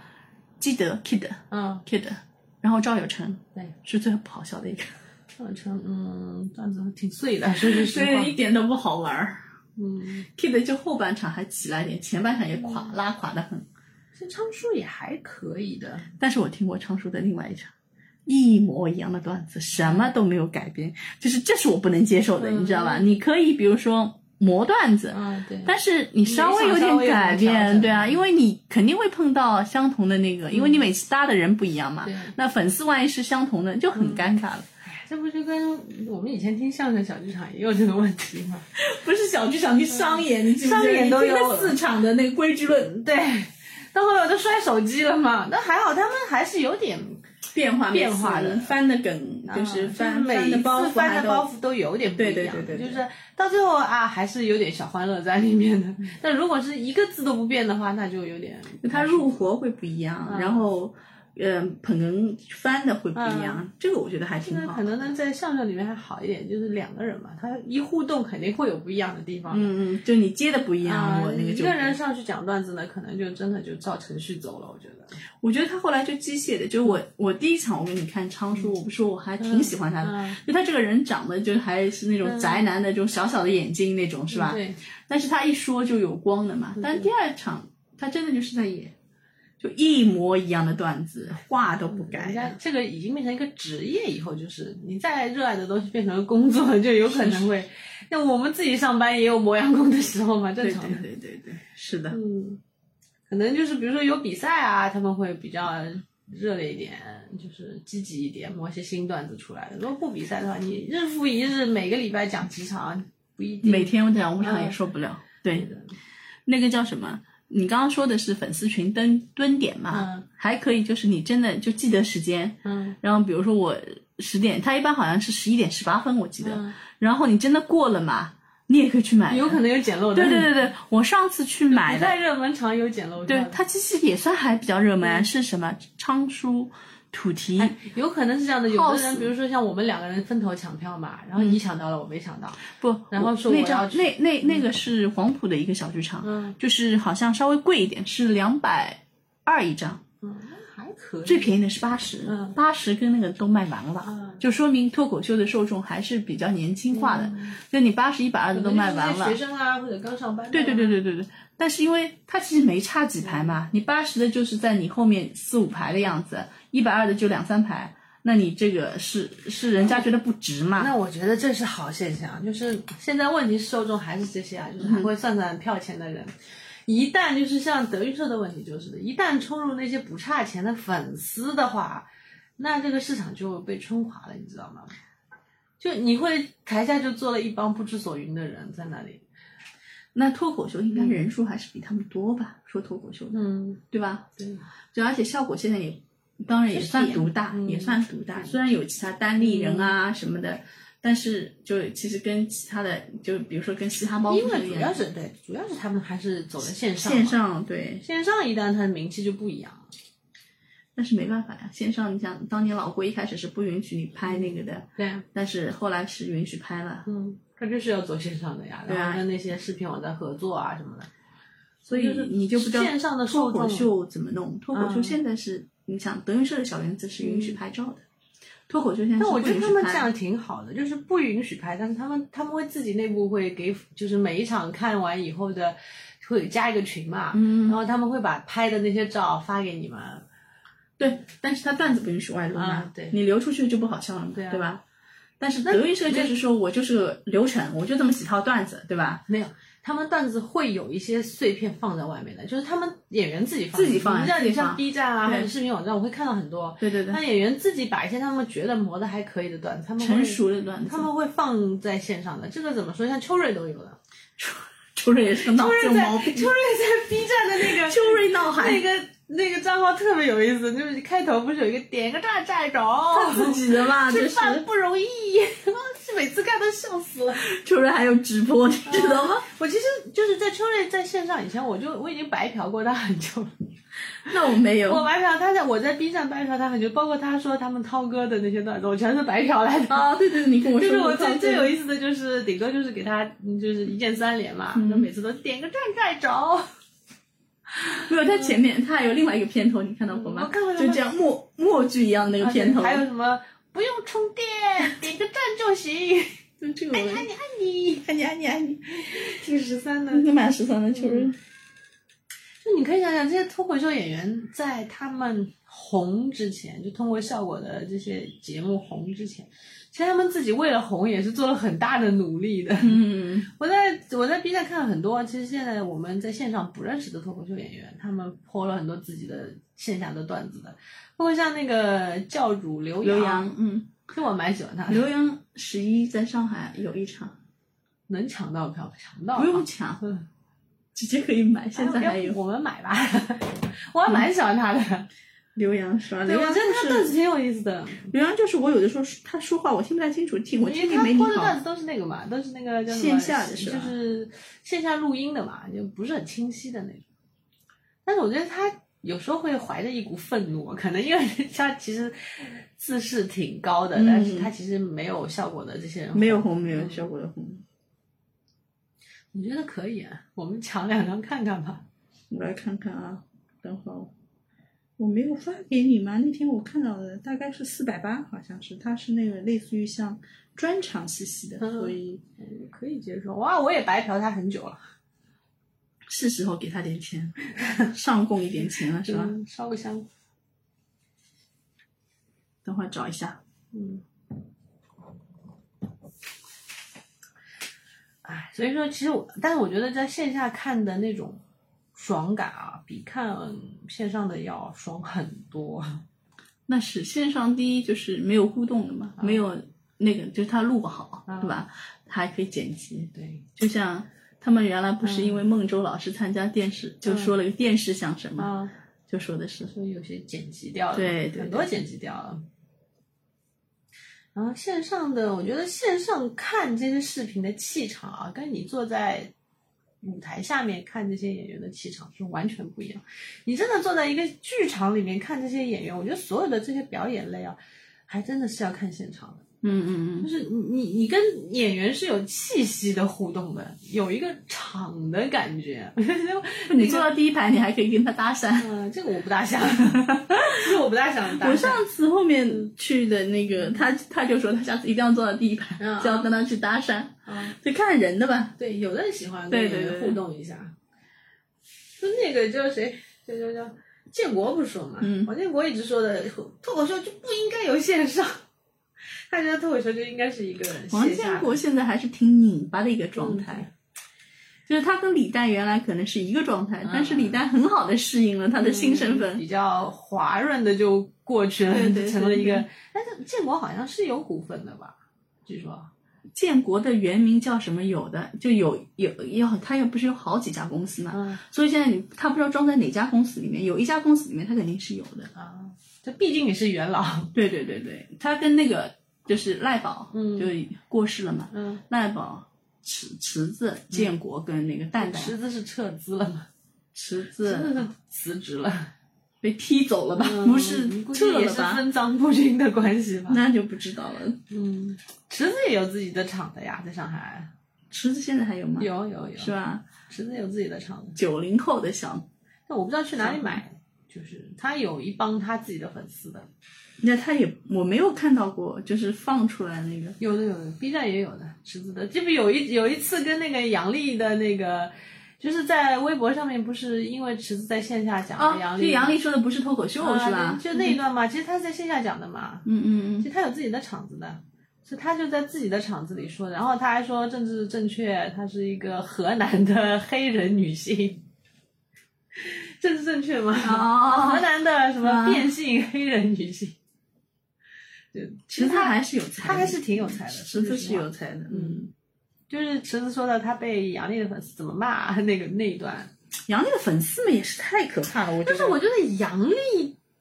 S2: 记得 kid
S3: 嗯
S2: kid，然后赵有成，
S3: 对，
S2: 是最不好笑的一个，
S3: 段成，嗯，段子挺 碎的，说句实
S2: 所
S3: 话
S2: 以，一点都不好玩儿。
S3: 嗯，
S2: Kid 就后半场还起来点，前半场也垮，拉垮的很。
S3: 其实昌叔也还可以的，
S2: 但是我听过昌叔的另外一场，一模一样的段子，什么都没有改变，就是这是我不能接受的，
S3: 嗯
S2: 你知道吧？你可以比如说磨段子，
S3: 啊，对，
S2: 但是你稍微有
S3: 你想
S2: 点
S3: 稍微有点
S2: 改
S3: 调
S2: 变，
S3: 整嗯
S2: 对啊，因为你肯定会碰到相同的那个，因为你每次搭的人不一样嘛
S3: 对。嗯
S2: 那粉丝万一是相同的，就很尴尬了。
S3: 这不就跟我们以前听相声小剧场也有这个问题吗？
S2: 不是小剧场，你商演，你记
S3: 不记得你听了四
S2: 场的那个规矩论
S3: 对，到后来我都摔手机了嘛，但还好他们还是有点
S2: 变化
S3: 变化的
S2: 每次翻的梗，就是
S3: 啊
S2: 嗯翻
S3: 每一
S2: 的
S3: 次
S2: 包袱
S3: 翻
S2: 还
S3: 的
S2: 都
S3: 包袱都有点不一
S2: 对
S3: 样，
S2: 对对对对
S3: 就是到最后啊，还是有点小欢乐在里面的。
S2: 嗯
S3: 但如果是一个字都不变的话，那就 有点
S2: 它入活会不一样，
S3: 啊
S2: 然后，嗯、捧哏翻的会不一样，这个我觉得还挺
S3: 那
S2: 好
S3: 可。能呢，啊在相声里面还好一点，就是两个人嘛，他一互动肯定会有不一样的地方。
S2: 嗯嗯，就你接的不一样，
S3: 啊，
S2: 我那个
S3: 一
S2: 就
S3: 个人上去讲段子呢，可能就真的就照程序走了，我觉得。
S2: 我觉得他后来就机械的，就我我第一场我给你看昌叔，我不说我还挺喜欢他的，
S3: 嗯
S2: 就他这个人长得就还是那种宅男的，这种小小的眼睛那种是吧？
S3: 对，
S2: 但是他一说就有光的嘛。但第二场他真的就是在演，就一模一样的段子，话都不改
S3: 哎人。家这个已经变成一个职业，以后就是你再热爱的东西变成了工作， 就有可 能会。那我们自己上班也有磨洋工的时候嘛，正
S2: 对
S3: 常
S2: 对
S3: 的。
S2: 对对对，是的。
S3: 嗯，可能就是比如说有比赛啊，他们会比较热烈一点，就是积极一点，磨一些新段子出来。如果不比赛的话，你日复一日，每个礼拜讲几场，不一定。
S2: 每天讲五场也
S3: 嗯
S2: 受不了。对
S3: 的，
S2: 那个叫什么？你刚刚说的是粉丝群蹲蹲点嘛？
S3: 嗯
S2: 还可以，就是你真的就记得时间，
S3: 嗯
S2: 然后比如说我十点，他一般好像是十一点十八分，我记得。
S3: 嗯，
S2: 然后你真的过了嘛，你也可以去买。
S3: 有可。能有捡漏的。
S2: 对对对对，我上次去买
S3: 比
S2: 的
S3: 赛，热门场有捡漏
S2: 对
S3: 票的。
S2: 它其实也算还比较热
S3: 嗯
S2: 门啊，是什么？昌叔、土提，
S3: 有可能是这样的，有的
S2: House
S3: 人比如说像我们两个人分头抢票嘛，然后你抢到了，我没抢到，
S2: 不，
S3: 然后
S2: 我
S3: 说
S2: 那
S3: 我要
S2: 张
S3: 去
S2: 那那那个是黄埔的一个小剧场，
S3: 嗯
S2: 就是好像稍微贵一点，是两百二一张，
S3: 嗯，还可以，
S2: 最便宜的是八十、
S3: 嗯
S2: 八十跟那个都卖完了，
S3: 嗯
S2: 就说明脱口秀的受众还是比较年轻化的，就你八十一百二的都卖完
S3: 嗯可能就
S2: 了
S3: 是。学生啊，或者刚上班的啊，
S2: 对对对对对对，但是因为它其实没差几排
S3: 嗯
S2: 嘛，你八十的就是在你后面四五排的样子，一百二的就两三排，那你这个是是人家觉得不值嘛？
S3: 那我觉得这是好现象，就是现在问题受众还是这些啊，
S2: 嗯
S3: 就是还会算算票钱的人。一旦就是像德云社的问题，就是的，一旦冲入那些不差钱的粉丝的话，那这个市场就被冲垮了，你知道吗？就你会台下就坐了一帮不知所云的人在那里，
S2: 那脱口秀应该人数还是比他们多吧？说脱口秀的，
S3: 嗯，
S2: 对吧？
S3: 对，
S2: 就而且效果现在也，当然也算独大，
S3: 嗯
S2: 也算独大。虽然有其他单立人啊什么的，但是就其实跟其他的，就比如说跟嘻哈猫
S3: 因
S2: 不
S3: 为
S2: 一
S3: 主要
S2: 样，
S3: 是对，主要是他们还是走了线上嘛，
S2: 线上对，
S3: 线上一旦他的名气就不一样了，
S2: 但是没办法呀，线上你想，当年老郭一开始是不允许你拍那个的，
S3: 对啊，
S2: 但是后来是允许拍了，
S3: 嗯，他就是要走线上的呀，
S2: 对啊
S3: 然后跟那些视频网站合作啊什么的。
S2: 所以你就不知道
S3: 线上的
S2: 脱
S3: 受
S2: 口
S3: 众
S2: 秀怎么弄。脱口秀
S3: 嗯
S2: 现在是，你想德云社的小园子是允许拍照的，脱口秀现在是
S3: 但
S2: 不
S3: 我
S2: 允
S3: 觉
S2: 许
S3: 得他们
S2: 拍
S3: 这样挺好的，就是不允许拍，但是他们他们会自己内部会给，就是每一场看完以后的会加一个群嘛，
S2: 嗯
S3: 然后他们会把拍的那些照发给你们，
S2: 对，但是他段子不允许外露嘛，
S3: 啊对
S2: 你流出去就不好笑了嘛，
S3: 对啊
S2: 吧？但是德云社就是说我就是个流程，我就这么几套段子，对吧？
S3: 没有。他们段子会有一些碎片放在外面的，就是他们演员自己放，
S2: 自己放
S3: 你像
S2: 自己
S3: 你像
S2: 放
S3: B 站啊，
S2: 对
S3: 或者视频网站，我会看到很多。
S2: 对对对
S3: 那演员自己把一些他们觉得磨的还可以的段子，他们会
S2: 成熟的段子，
S3: 他们会放在线上的。这个怎么说？像秋瑞都有的，
S2: 秋瑞也是个脑子有
S3: 在
S2: 毛病，
S3: 秋瑞在 B 站的那 个
S2: 秋瑞闹海，
S3: 那个那个账号特别有意思，就是开头不是有一个点个炸炸着，
S2: 自己的 嘛，就
S3: 吃
S2: 是
S3: 饭不容易，我每次看都笑死了。
S2: 秋瑞还有直播，你知道吗？
S3: 我其实就是在秋瑞在线上以前，我就我已经白嫖过他很久了，
S2: 那我没有
S3: 我白嫖他在我在 B 站白嫖他很久，包括他说他们涛哥的那些段子，我全是白嫖来的。
S2: 啊，对对对，你跟我说
S3: 就是
S2: 过，
S3: 我最最有
S2: 有
S3: 意思的就是，顶多就是给他嗯就是一键三连嘛，那、每次都点个赞再着，
S2: 没有，它前面它还有另外一个片头，你看到过哦吗
S3: 我看过？
S2: 就这样默默剧一样的那个片头，
S3: 还有什么不用充电，点个赞就行。
S2: 就这个我
S3: 爱你爱 你，
S2: 爱你爱你爱你，
S3: 挺十三的。
S2: 哎那蛮十三的秋日，
S3: 就你可以想想，这些脱口秀演员在他们红之前，就通过效果的这些节目红之前，其实他们自己为了红也是做了很大的努力的。
S2: 嗯，
S3: 我在我在 B 站看很多，其实现在我们在线上不认识的脱口秀演员，他们抛了很多自己的线下的段子的，包括像那个教主刘
S2: 刘
S3: 洋
S2: 洋，，嗯，
S3: 其实我蛮喜欢他的，
S2: 刘洋十一在上海有一场，
S3: 能抢到票抢到吧
S2: 不用抢，
S3: 嗯，
S2: 哦直接可以买，现在
S3: 哎
S2: 还
S3: 要不
S2: 有
S3: 我们买吧， 我还蛮喜欢他的，
S2: 刘洋是吧？
S3: 对，
S2: 刘
S3: 我
S2: 洋
S3: 觉
S2: 就
S3: 得他段子
S2: 是
S3: 挺有意思的，
S2: 刘洋就是我有的时候他说话我听不太清楚，听我听
S3: 因
S2: 力
S3: 为他
S2: 没你
S3: 播的
S2: 好
S3: 段，子都是那个嘛，都是那个叫什么
S2: 线下的是吧
S3: 就是线下录音的嘛，就不是很清晰的那种。但是我觉得他有时候会怀着一股愤怒，可能因为 他其实自视挺高的，
S2: 嗯
S3: 但是他其实没有效果的这些人
S2: 没有红没有效果的红，
S3: 我觉得可以啊，我们抢两张看看吧。
S2: 我来看看啊，等会儿。我没有发给你吗？那天我看到的大概是四百八，好像是，它是那个类似于像专场兮兮的，
S3: 嗯
S2: 所以
S3: 嗯可以接受哇！我也白嫖他很久了，
S2: 是时候给他点钱， 上供一点钱了，是吧？
S3: 嗯烧个香，
S2: 等会儿找一下。
S3: 嗯。哎，所以说，其实我，但是我觉得在线下看的那种爽感啊，比看线上的要爽很多。
S2: 那是线上第一就是没有互动的嘛，
S3: 嗯
S2: 没有那个就是他录不好，
S3: 啊
S2: 对吧？他还可以剪辑，
S3: 对，
S2: 就像他们原来不
S3: 嗯
S2: 是因为孟州老师参加电视，就说了个电视相声嘛，
S3: 啊，
S2: 就说的是
S3: 所以有些剪辑掉了，
S2: 对对
S3: 很多
S2: 对
S3: 剪辑掉了。然后线上的，我觉得线上看这些视频的气场啊，跟你坐在舞台下面看这些演员的气场是完全不一样。你真的坐在一个剧场里面看这些演员，我觉得所有的这些表演类啊，还真的是要看现场的。
S2: 嗯嗯嗯，
S3: 就是你你你跟演员是有气息的互动的，有一个场的感觉。
S2: 你坐到第一排，你还可以跟他搭讪。
S3: 嗯，这个我不大想，这个我不大想搭讪。
S2: 我上次后面去的那个，他他就说他下次一定要坐到第一排，
S3: 嗯
S2: 就要跟他去搭讪，
S3: 啊，
S2: 就看人的吧。
S3: 对，有的人喜欢
S2: 对
S3: 跟
S2: 对
S3: 人
S2: 对
S3: 互动一下。就那个叫谁，叫叫叫建国不是说嘛，
S2: 嗯
S3: 王建国一直说的脱口秀就不应该有线上，他觉得脱口秀就应该是一个
S2: 王
S3: 线
S2: 建
S3: 下
S2: 国
S3: 的。
S2: 现在还是挺拧巴的一个状
S3: 嗯
S2: 态，就是他跟李诞原来可能是一个状态，
S3: 嗯
S2: 但是李诞很好的适应了他的新身份。嗯
S3: 比较滑润的就过去了，
S2: 对对
S3: 就成了一个
S2: 对。
S3: 但是建国好像是有股份的吧？据说
S2: 建国的原名叫什么？有的就有有有，他又不是有好几家公司嘛，
S3: 嗯
S2: 所以现在你他不知道装在哪家公司里面，有一家公司里面他肯定是有的。
S3: 啊，这毕竟也是元老，
S2: 对对对对，他跟那个就是赖宝，
S3: 嗯
S2: 就过世了嘛，
S3: 嗯，
S2: 赖宝。池池子、建国跟那个蛋蛋，
S3: 池子是撤资了嘛？
S2: 池
S3: 池子
S2: 子
S3: 是辞职了。
S2: 被踢走了吧？
S3: 嗯
S2: 不是
S3: 估计
S2: 撤
S3: 也
S2: 了
S3: 是
S2: 吧？
S3: 分赃不均的关系吧？
S2: 那就不知道了。
S3: 嗯，池子也有自己的厂的呀，在上海
S2: 池子现在还有吗？，
S3: 有有有，
S2: 是吧？
S3: 池子有自己的厂的，
S2: 九零后的小，
S3: 但我不知道去哪里买。就是他有一帮他自己的粉丝的，
S2: 那他也我没有看到过，就是放出来那个
S3: 有的有的，B 站也有的池子的。这不有一有一次跟那个杨笠的那个，就是在微博上面，不是因为池子在线下讲了
S2: 啊，
S3: 哦杨
S2: 就
S3: 笠、
S2: 杨笠说的不是脱口秀
S3: 啊
S2: 是吧？
S3: 就那一段嘛，其实他是在线下讲的嘛，
S2: 嗯嗯
S3: 其实他有自己的场子的，所以他就在自己的场子里说的。然后他还说政治正确，她是一个河南的 黑人女性，政治正确吗？
S2: 嗯， 哦
S3: 河，南的什么
S2: 啊
S3: 变性黑人女性？就
S2: 其实他还是有才的，
S3: 他还是挺有才的，
S2: 池子是有才的，嗯。
S3: 就是池子说到他被杨笠的粉丝怎么骂那个那一段，
S2: 杨笠的粉丝们也是太可怕了，我觉
S3: 但
S2: 得。
S3: 是我觉得杨笠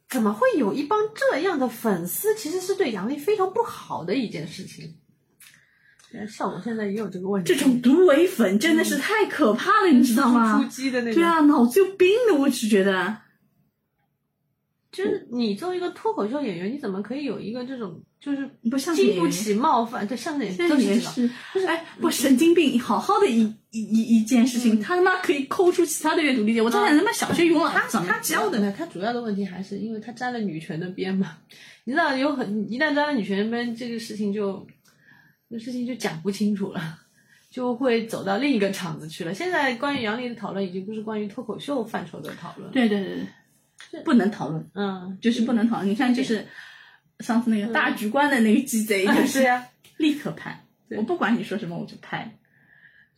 S3: 怎么会有一帮这样的粉丝，其实是对杨笠非常不好的一件事情。呃效果现在也有这个问题，
S2: 这种毒唯粉真的是太可怕
S3: 嗯
S2: 了，你知道
S3: 出
S2: 吗？啊
S3: 击的那种，
S2: 对，啊，脑子有病的，我只觉得。
S3: 就是你作为一个脱口秀演员，你怎么可以有一个这种就是
S2: 不像
S3: 经
S2: 演
S3: 不
S2: 员
S3: 起冒犯？对，像演
S2: 这
S3: 都
S2: 也
S3: 是这种
S2: 是，哎，不神经病，好好的一一一一件事情，他他妈可以抠出其他的阅读理解。我真的他妈小学语文老师
S3: 他
S2: 长得
S3: 他教的呢，他主要的问题还是因为他沾了女权的边嘛。你知道，有很一旦沾了女权的边，这个事情就这个事情就讲不清楚了，就会走到另一个场子去了。现在关于杨笠的讨论已经不是关于脱口秀范畴的讨论了。
S2: 对对对对，不能讨论，
S3: 嗯，
S2: 就是不能讨论。你看，就是上次那个大局观的那个鸡贼，就
S3: 对
S2: 是
S3: 呀、
S2: 立刻拍，
S3: 对
S2: 我不管你说什么，我就拍。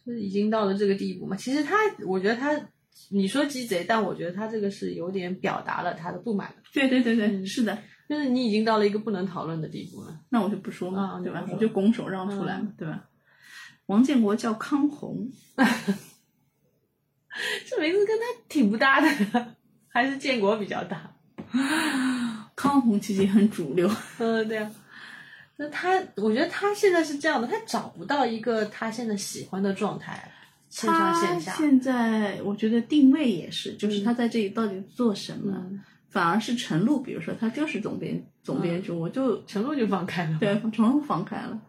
S3: 就是已经到了这个地步嘛。其实他，我觉得他，你说鸡贼，但我觉得他这个是有点表达了他的不满，
S2: 对对对对，是的，
S3: 就是你已经到了一个不能讨论的地步了。
S2: 那我就不说嘛，
S3: 啊
S2: 对吧
S3: 你？不
S2: 我
S3: 说
S2: 就拱手让出来嘛，
S3: 嗯
S2: 对吧？王建国叫康弘，
S3: 这名字跟他挺不搭的，还是建国比较搭。
S2: 康弘其实也很主流，
S3: 嗯，对啊。那他，我觉得他现在是这样的，他找不到一个他现在喜欢的状态，线上线下
S2: 他。现在我觉得定位也是，就是他在这里到底做什么，
S3: 嗯
S2: 反而是陈露，比如说他就是总编总编剧，我就
S3: 陈露就放开了，
S2: 对陈露放开了，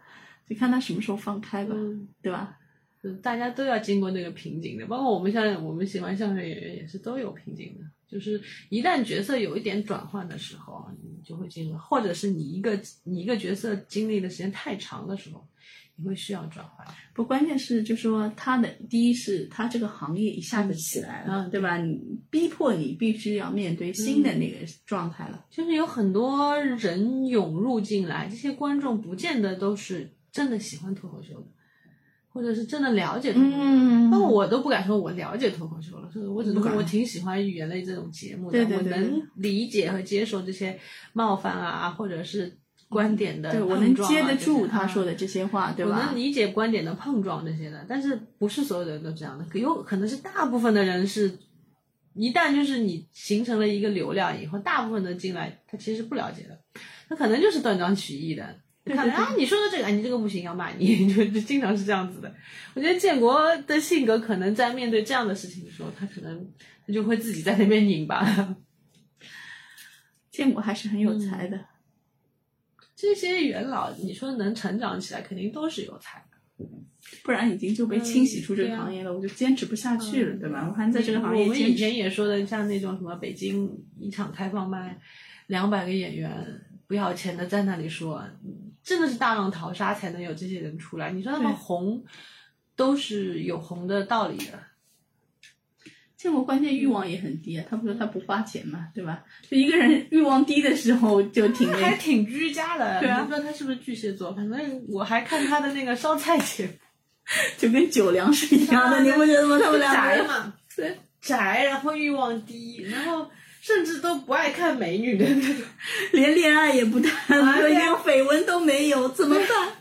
S2: 就看他什么时候放开吧，
S3: 嗯，
S2: 对吧？
S3: 就是大家都要经过那个瓶颈的，包括我们像我们喜欢相声演员也是都有瓶颈的，就是一旦角色有一点转换的时候，啊你就会经历，或者是你一个你一个角色经历的时间太长的时候，你会需要转换。
S2: 不，关键是就说他的第一是他这个行业一下子起来了，
S3: 嗯
S2: 对吧？你逼迫你必须要面对新的那个状态了，
S3: 就是有很多人涌入进来，这些观众不见得都是真的喜欢脱口秀的，或者是真的了解脱口秀。
S2: 嗯
S3: 那、我都不敢说我了解脱口秀了，所以我只
S2: 不
S3: 能说
S2: 敢
S3: 我挺喜欢语言类这种节目的，
S2: 对对对
S3: 我能理解和接受这些冒犯啊，或者是观点的、啊
S2: 对我能接得住他
S3: 嗯
S2: 说。的这些话，对
S3: 我
S2: 吧
S3: 能？理解观点的碰撞这些的，但是不是所有的人都这样的，可有可能是大部分的人是，一旦就是你形成了一个流量以后，大部分的进来他其实不了解的，他可能就是断章取义的。
S2: 对
S3: 看
S2: 对
S3: 来啊，你说的这个，哎你这个不行，要骂你， 就就经常是这样子的。我觉得建国的性格可能在面对这样的事情的时候，他可能他就会自己在那边拧巴。
S2: 建国还是很有才
S3: 嗯
S2: 的，
S3: 这些元老，你说能成长起来，肯定都是有才的。
S2: 不然已经就被
S3: 嗯
S2: 清洗出这个行业了，我就坚持不下去了，对吧？我还在这个行
S3: 啊嗯我
S2: 业
S3: 们以
S2: 坚持。
S3: 前也说的，像那种什么北京一场开放麦，两百个演员不要钱的在那里说，真的是大浪淘沙才能有这些人出来。你说他们
S2: 对
S3: 红，都是有红的道理的。
S2: 建国关键欲望也很低啊，他不说他不花钱嘛，对吧？就一个人欲望低的时候就挺
S3: 他
S2: 那
S3: 还
S2: 个，
S3: 挺居家的，
S2: 对啊
S3: 你不知道他是不是巨蟹座，反正我还看他的那个烧菜节目，
S2: 就跟酒粮是一样 的，
S3: 啊
S2: 你不觉得吗？他们两个
S3: 宅
S2: 人
S3: 嘛，
S2: 对
S3: 宅，然后欲望低，然后甚至都不爱看美女的那种。
S2: 连恋爱也不谈，
S3: 啊
S2: 对
S3: 对
S2: 连
S3: 啊
S2: 绯闻都没有，怎么办？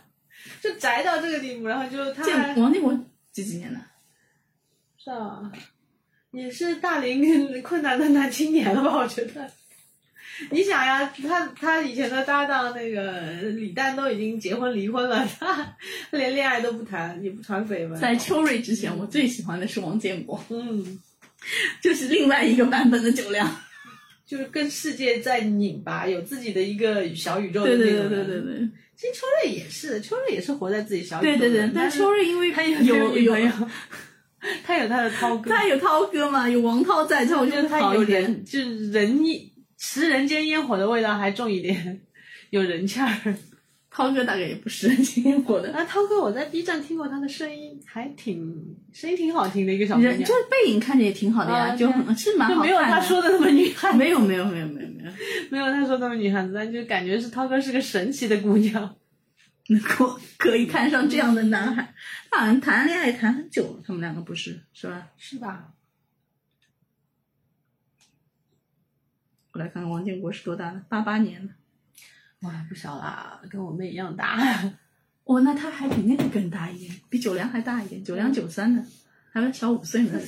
S3: 就宅到这个地步，然后就他
S2: 建国那会儿几几年的？
S3: 是啊，也是大龄困难的男青年了吧？我觉得。你想呀，他他以前的搭档那个李诞都已经结婚离婚了，他连恋爱都不谈，也不传绯闻。
S2: 在秋瑞之前，我最喜欢的是王建国，
S3: 嗯，
S2: 就是另外一个版本的酒量。
S3: 就是跟世界在拧巴，有自己的一个小宇宙的
S2: 对
S3: 那种
S2: 对
S3: 人。
S2: 对对对对。
S3: 其实秋瑞也是，秋瑞也是活在自己小宇宙
S2: 对
S3: 的。
S2: 对对，但
S3: 是
S2: 秋瑞因为
S3: 他有
S2: 有
S3: 有
S2: 有，
S3: 他有他的涛哥，
S2: 他有涛哥嘛，有王涛在，他我
S3: 我
S2: 就
S3: 觉
S2: 不
S3: 得他
S2: 讨
S3: 有
S2: 厌。
S3: 人，就是人一食人间烟火的味道还重一点，有人气儿。
S2: 涛哥大概也不是 人间烟火的，
S3: 那涛哥，我在 B 站听过他的声音，还挺声音挺好听的一个小姑娘，
S2: 人
S3: 就
S2: 就是背影看着也挺好的呀，
S3: 啊
S2: 就很是蛮好
S3: 没有
S2: 看的。
S3: 他说的那么女汉，
S2: 没有没有没有没有没有，
S3: 没有他说那么女汉子，但就感觉是涛哥是个神奇的姑娘。
S2: 能够 可以看上这样的男孩，他好像谈恋爱谈很久了，他们两个不是是吧？
S3: 是吧？
S2: 我来看看王建国是多大了，八八年的。
S3: 哇，不小啦，跟我妹一样大。
S2: 哦，那他还比那个更大一点，比九良还大一点，九良九三的，还小五岁呢，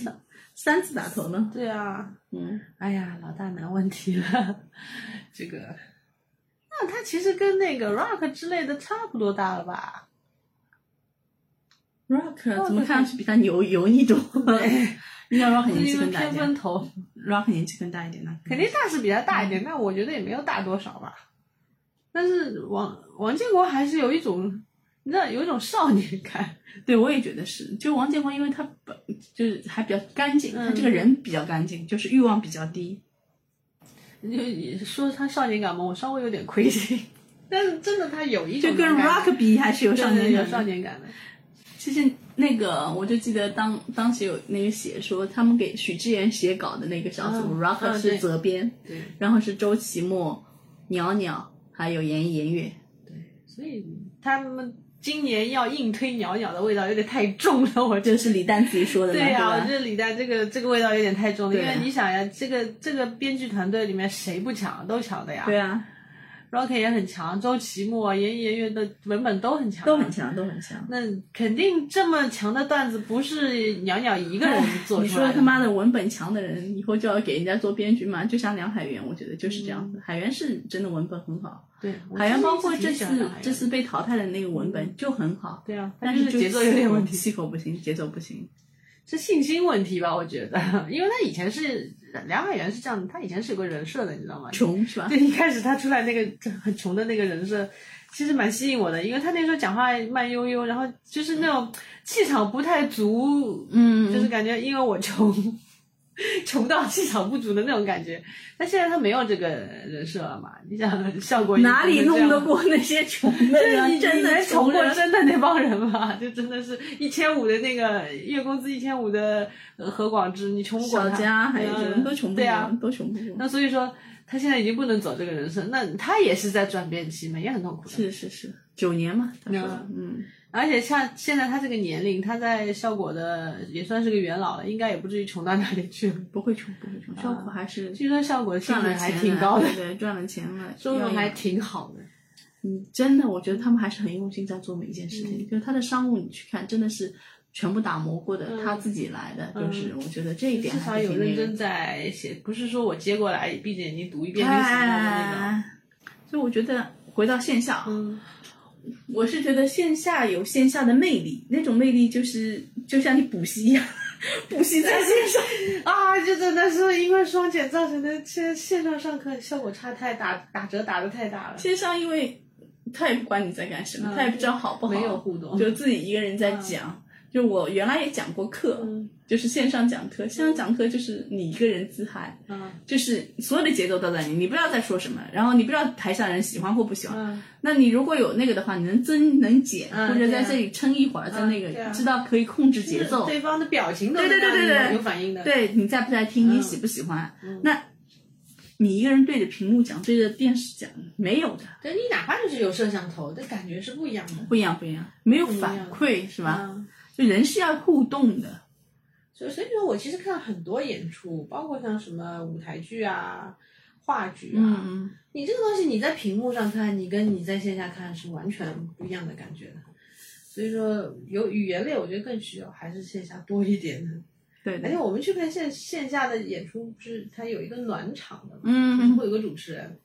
S2: 三字打头呢。
S3: 对啊，
S2: 嗯，
S3: 哎呀，老大难问题了， 这个。那他其实跟那个 Rock 之类的差不多大了吧？
S2: Rock 怎么看上去比他油油腻多？ 应该 Rock 年纪
S3: 因为
S2: 更大
S3: 偏
S2: 一点
S3: 分头，
S2: ，Rock 年纪更大一点呢。
S3: 哎肯定大是比他大一
S2: 嗯
S3: 点，但我觉得也没有大多少吧。但是王王建国还是有一种，你知道有一种少年感，
S2: 对，我也觉得是。就王建国，因为他本就是还比较干净，
S3: 嗯
S2: 他这个人比较干净，就是欲望比较低。
S3: 就你说他少年感嘛，我稍微有点亏心。但是真的他有一种
S2: 就跟 Rock 比还是有少年
S3: 有
S2: 感
S3: 少
S2: 的。
S3: 年感的，
S2: 其实那个我就记得当当时有那个写说他们给许志远写稿的那个小组、
S3: 嗯
S2: r o c k
S3: 嗯对
S2: 是责编，
S3: 对
S2: 然后是周奇墨、袅袅还有严严月。
S3: 所以他们今年要硬推袅袅的味道有点太重了，我
S2: 这是李诞自己说的嘛，
S3: 对呀、我
S2: 吧
S3: 觉？得李诞这个这个味道有点太重了，因
S2: 啊对啊
S3: 为你想呀，这个这个编剧团队里面谁不强，都强的呀。
S2: 对啊，
S3: Rocket 也很强，周奇墨、严艺、严月的文本都很强，啊
S2: 都很。强，都很强。
S3: 那肯定这么强的段子不是袅袅一个人做
S2: 你
S3: 出
S2: 说
S3: 来的。
S2: 他妈的文本强的人，以后就要给人家做编剧嘛？就像梁海源，我觉得就是这样子。海源是真的文本很好，
S3: 对，嗯我
S2: 海源
S3: 真的
S2: 包括
S3: 一直
S2: 这
S3: 挺喜欢
S2: 次
S3: 海源
S2: 这次被淘汰的那个文本就很好，
S3: 对啊，
S2: 但
S3: 是
S2: 就
S3: 节奏有点问题，
S2: 气口不行，节奏不 行。
S3: 是信心问题吧？我觉得， 因为他以前是梁海源是这样的，他以前是有个人设的，你知道吗？
S2: 穷是吧？
S3: 对，一开始他出来那个很穷的那个人设，其实蛮吸引我的，因为他那时候讲话慢悠悠，然后就是那种气场不太足，
S2: 嗯，
S3: 就是感觉因为我穷， 穷到气场不足的那种感觉。但现在他没有这个人设了嘛？你想效果
S2: 哪里弄得
S3: 过？
S2: 过那些穷的
S3: 对
S2: 人？
S3: 你
S2: 真
S3: 你
S2: 的
S3: 能穷过
S2: 人
S3: 真的那帮人吗？ 就真的是一千五的那个月工资一千五的呃何广智，你穷不过
S2: 小
S3: 他
S2: 家还有
S3: 嗯
S2: 人都穷不
S3: 对啊
S2: 过，，都穷不过。
S3: 那所以说，他现在已经不能走这个人生，那他也是在转变期嘛，也很痛苦的。，
S2: 是是是，九年嘛，他说
S3: 嗯，
S2: 嗯，
S3: 而且像现在他这个年龄，他在效果的也算是个元老了，应该也不至于穷到哪里去了。
S2: 嗯不会穷，不会
S3: 嗯
S2: 穷，效果还是
S3: 据说效果薪
S2: 赚
S3: 水
S2: 了
S3: 还
S2: 钱啊
S3: 挺高的
S2: 了，对，赚了钱了，
S3: 收入
S2: 要
S3: 还
S2: 养
S3: 挺好的。
S2: 嗯，真的，我觉得他们还是很用心在做每一件事
S3: 嗯
S2: 情。就是他的商务，你去看，真的是全部打磨过的，
S3: 嗯
S2: 他自己来的。
S3: 嗯
S2: 就是我觉得这一点
S3: 至少
S2: 还是
S3: 有
S2: 挺
S3: 认
S2: 那个
S3: 真在写，不是说我接过来闭着眼睛读一遍就行了的那种。
S2: 哎，所以我觉得回到线下，
S3: 嗯，
S2: 我是觉得线下有线下的魅力，那种魅力就是就像你补习一样， 补习在线上。
S3: 啊，就真的是因为双减造成的，现在线上上课效果差太打打折打的太大了。
S2: 线上因为他也不管你在干什么，
S3: 嗯
S2: 他也不知道好不好，
S3: 没有互动
S2: 就自己一个人在讲。就我原来也讲过课，
S3: 嗯
S2: 就是线上讲课，线上讲课就是你一个人自嗨，
S3: 嗯
S2: 就是所有的节奏都在你，你不知道在说什么，然后你不知道台下人喜欢或不喜欢。
S3: 嗯
S2: 那你如果有那个的话，你能增能减，
S3: 嗯
S2: 或者
S3: 对啊
S2: 在这里撑一会儿，在那个、
S3: 对啊
S2: 知道可以控制节奏。
S3: 对方的表情都
S2: 对对对对
S3: 能让你
S2: 对
S3: 有反应的。
S2: 对你在不在听，
S3: 嗯
S2: 你喜不喜欢？那你一个人对着屏幕讲，对着电视讲，没有的，
S3: 对，你哪怕就是有摄像头，这感觉是不一样的。
S2: 不一样，不一样，没有
S3: 不一样
S2: 反馈是吧？
S3: 嗯，
S2: 就人是要互动的，
S3: 所以所以说我其实看了很多演出，包括像什么舞台剧啊、话剧啊，
S2: 嗯，
S3: 你这个东西你在屏幕上看，你跟你在线下看是完全不一样的感觉的。所以说，有语言类，我觉得更需要还是线下多一点的。
S2: 对
S3: 而且
S2: 的，
S3: 我们去看线线下的演出，不是它有一个暖场的嘛，就是
S2: 嗯，
S3: 会有个主持人，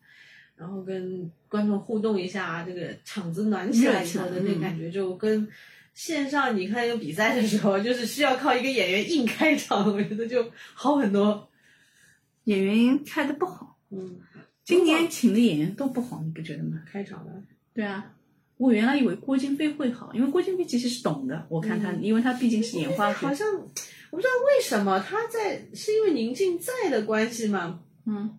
S3: 然后跟观众互动一下，啊这个场子暖起
S2: 热
S3: 来以
S2: 起
S3: 后
S2: 来
S3: 的那
S2: 嗯
S3: 个感觉，就跟线上你看一个比赛的时候，就是需要靠一个演员硬开场，我觉得就好很多。
S2: 演员开的不好，
S3: 嗯，
S2: 今年请的演员都不好，你不觉得吗？
S3: 开场的，
S2: 对啊，我原来以为郭京飞会好，因为郭京飞其实是懂的，我看他，
S3: 嗯
S2: 因为他毕竟是演话剧
S3: 好，像我不知道为什么他在，是因为宁静在的关系吗？
S2: 嗯，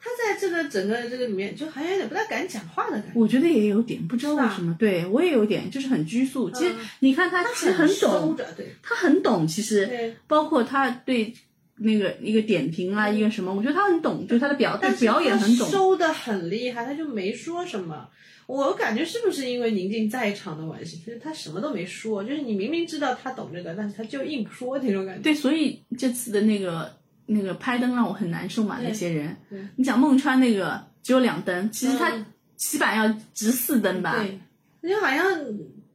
S3: 他在这个整个这个里面，就好像有点不太敢讲话的感觉。
S2: 我觉得也有点，不知道
S3: 是吧
S2: 为什么，对我也有点，就是很拘束。其实
S3: 嗯
S2: 你看他其实很
S3: 收
S2: 懂，
S3: 着，对
S2: 他很懂，其实
S3: 对。
S2: 包括他对那个一个点评啊，一个什么，我觉得他很懂，就是他的表对
S3: 嗯但是
S2: 表演很
S3: 他
S2: 懂。
S3: 收的很厉害，他就没说什么。我感觉是不是因为宁静在场的关系，就是他什么都没说，就是你明明知道他懂这个，但是他就硬说那种感觉。
S2: 对，所以这次的那个那个拍灯让我很难受嘛，
S3: 对
S2: 那些人
S3: 对，
S2: 你讲孟川那个只有两灯，其实他
S3: 嗯
S2: 起码要值四灯吧，
S3: 对，那就好像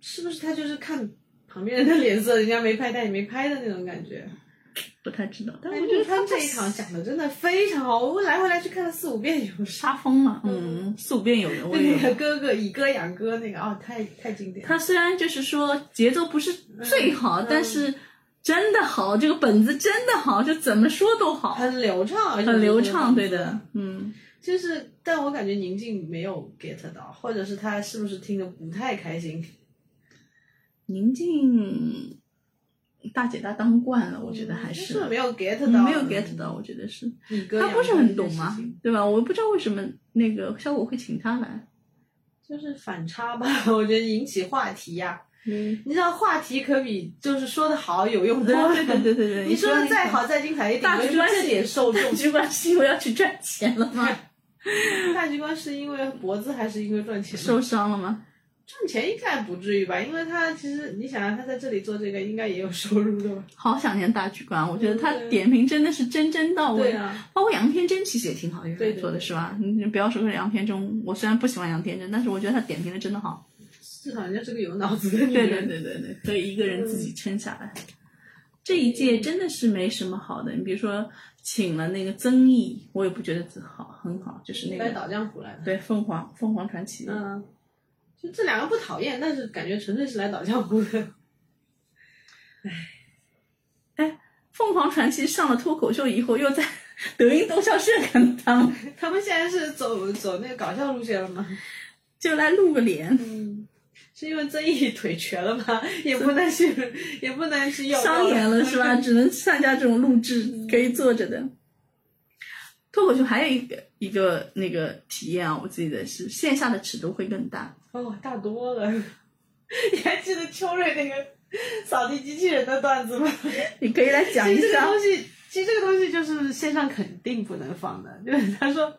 S3: 是不是他就是看旁边人的脸色，人家没拍，他也没拍的那种感觉。
S2: 不不太知道，但
S3: 哎
S2: 我觉得
S3: 陆川
S2: 这
S3: 这一场讲的真的非常好，我来回来去看了四五遍有啥？
S2: 杀疯了，嗯，四五遍有 人我也
S3: 那
S2: 有
S3: 个。哥哥以歌养歌那个啊、哦，太太经典了。
S2: 他虽然就是说节奏不是最好，
S3: 嗯
S2: 但是真的好，这个本子真的好，就怎么说都好，
S3: 很流畅，啊而且
S2: 很流
S3: 就是
S2: 畅，对的，嗯，
S3: 就是，但我感觉宁静没有 get 到，或者是他是不是听得不太开心？
S2: 宁静大姐大当惯了，我觉得还
S3: 就是嗯是没有 get
S2: 嗯
S3: 到，
S2: 没有 get 到，我觉得是
S3: 你哥
S2: 他
S3: 养
S2: 不是
S3: 哥
S2: 很
S3: 这
S2: 懂
S3: 件
S2: 嘛
S3: 事情，
S2: 对吧？我不知道为什么那个效果会请他来，
S3: 就是反差吧， 我觉得引起话题呀、
S2: 嗯，
S3: 你知道话题可比就是说的好有用多了。
S2: 对对对对对，
S3: 你说的再
S2: 好。
S3: 好再精彩，也顶
S2: 大
S3: 多
S2: 局
S3: 就
S2: 观
S3: 这点受 众
S2: 大。局观是因为要去赚钱了吗？
S3: 大局观是因为脖子还是因为赚钱？
S2: 受伤了吗？
S3: 赚钱应该不至于吧？因为他其实你想啊，他在这里做这个，应该也有收入的吧？
S2: 好想念大局观，我觉得他
S3: 对啊
S2: 点评真的是真真到位
S3: 对。啊，
S2: 包括杨天真其实也挺好，
S3: 对
S2: 原来
S3: 对
S2: 做的
S3: 对
S2: 是吧？你你不要说是杨天真，我虽然不喜欢杨天真，但是我觉得他点评的真的好。嗯
S3: 至少人家是个有脑子的女
S2: 对
S3: 人。
S2: 对对对对，可以一个人自己撑下来。
S3: 嗯
S2: 这一届真的是没什么好的，你比如说请了那个曾毅，我也不觉得自好很好，就是那
S3: 来
S2: 个
S3: 倒浆糊来的。
S2: 对凤凰凤凰传奇，
S3: 嗯，就这两个不讨厌，但是感觉纯粹是来倒浆糊的。
S2: 凤凰传奇上了脱口秀以后，又在德云逗笑社跟他们
S3: 他们现在是走走那个搞笑路线了吗？
S2: 就来露个脸，
S3: 嗯， 是因为曾毅腿瘸了吗？也不能去，也不能去要嗯
S2: 商演 了是吧？只能参加这种录制可以坐着的。脱口秀还有一个一个那个体验啊，我自己的是线下的尺度会更大。
S3: 哦，大多了。 你还记得秋瑞那个扫地机器人的段子吗？
S2: 啊你可以来讲一
S3: 其实这个
S2: 下，
S3: 东西，其实这个东西就是线上肯定不能放的， 就是他说。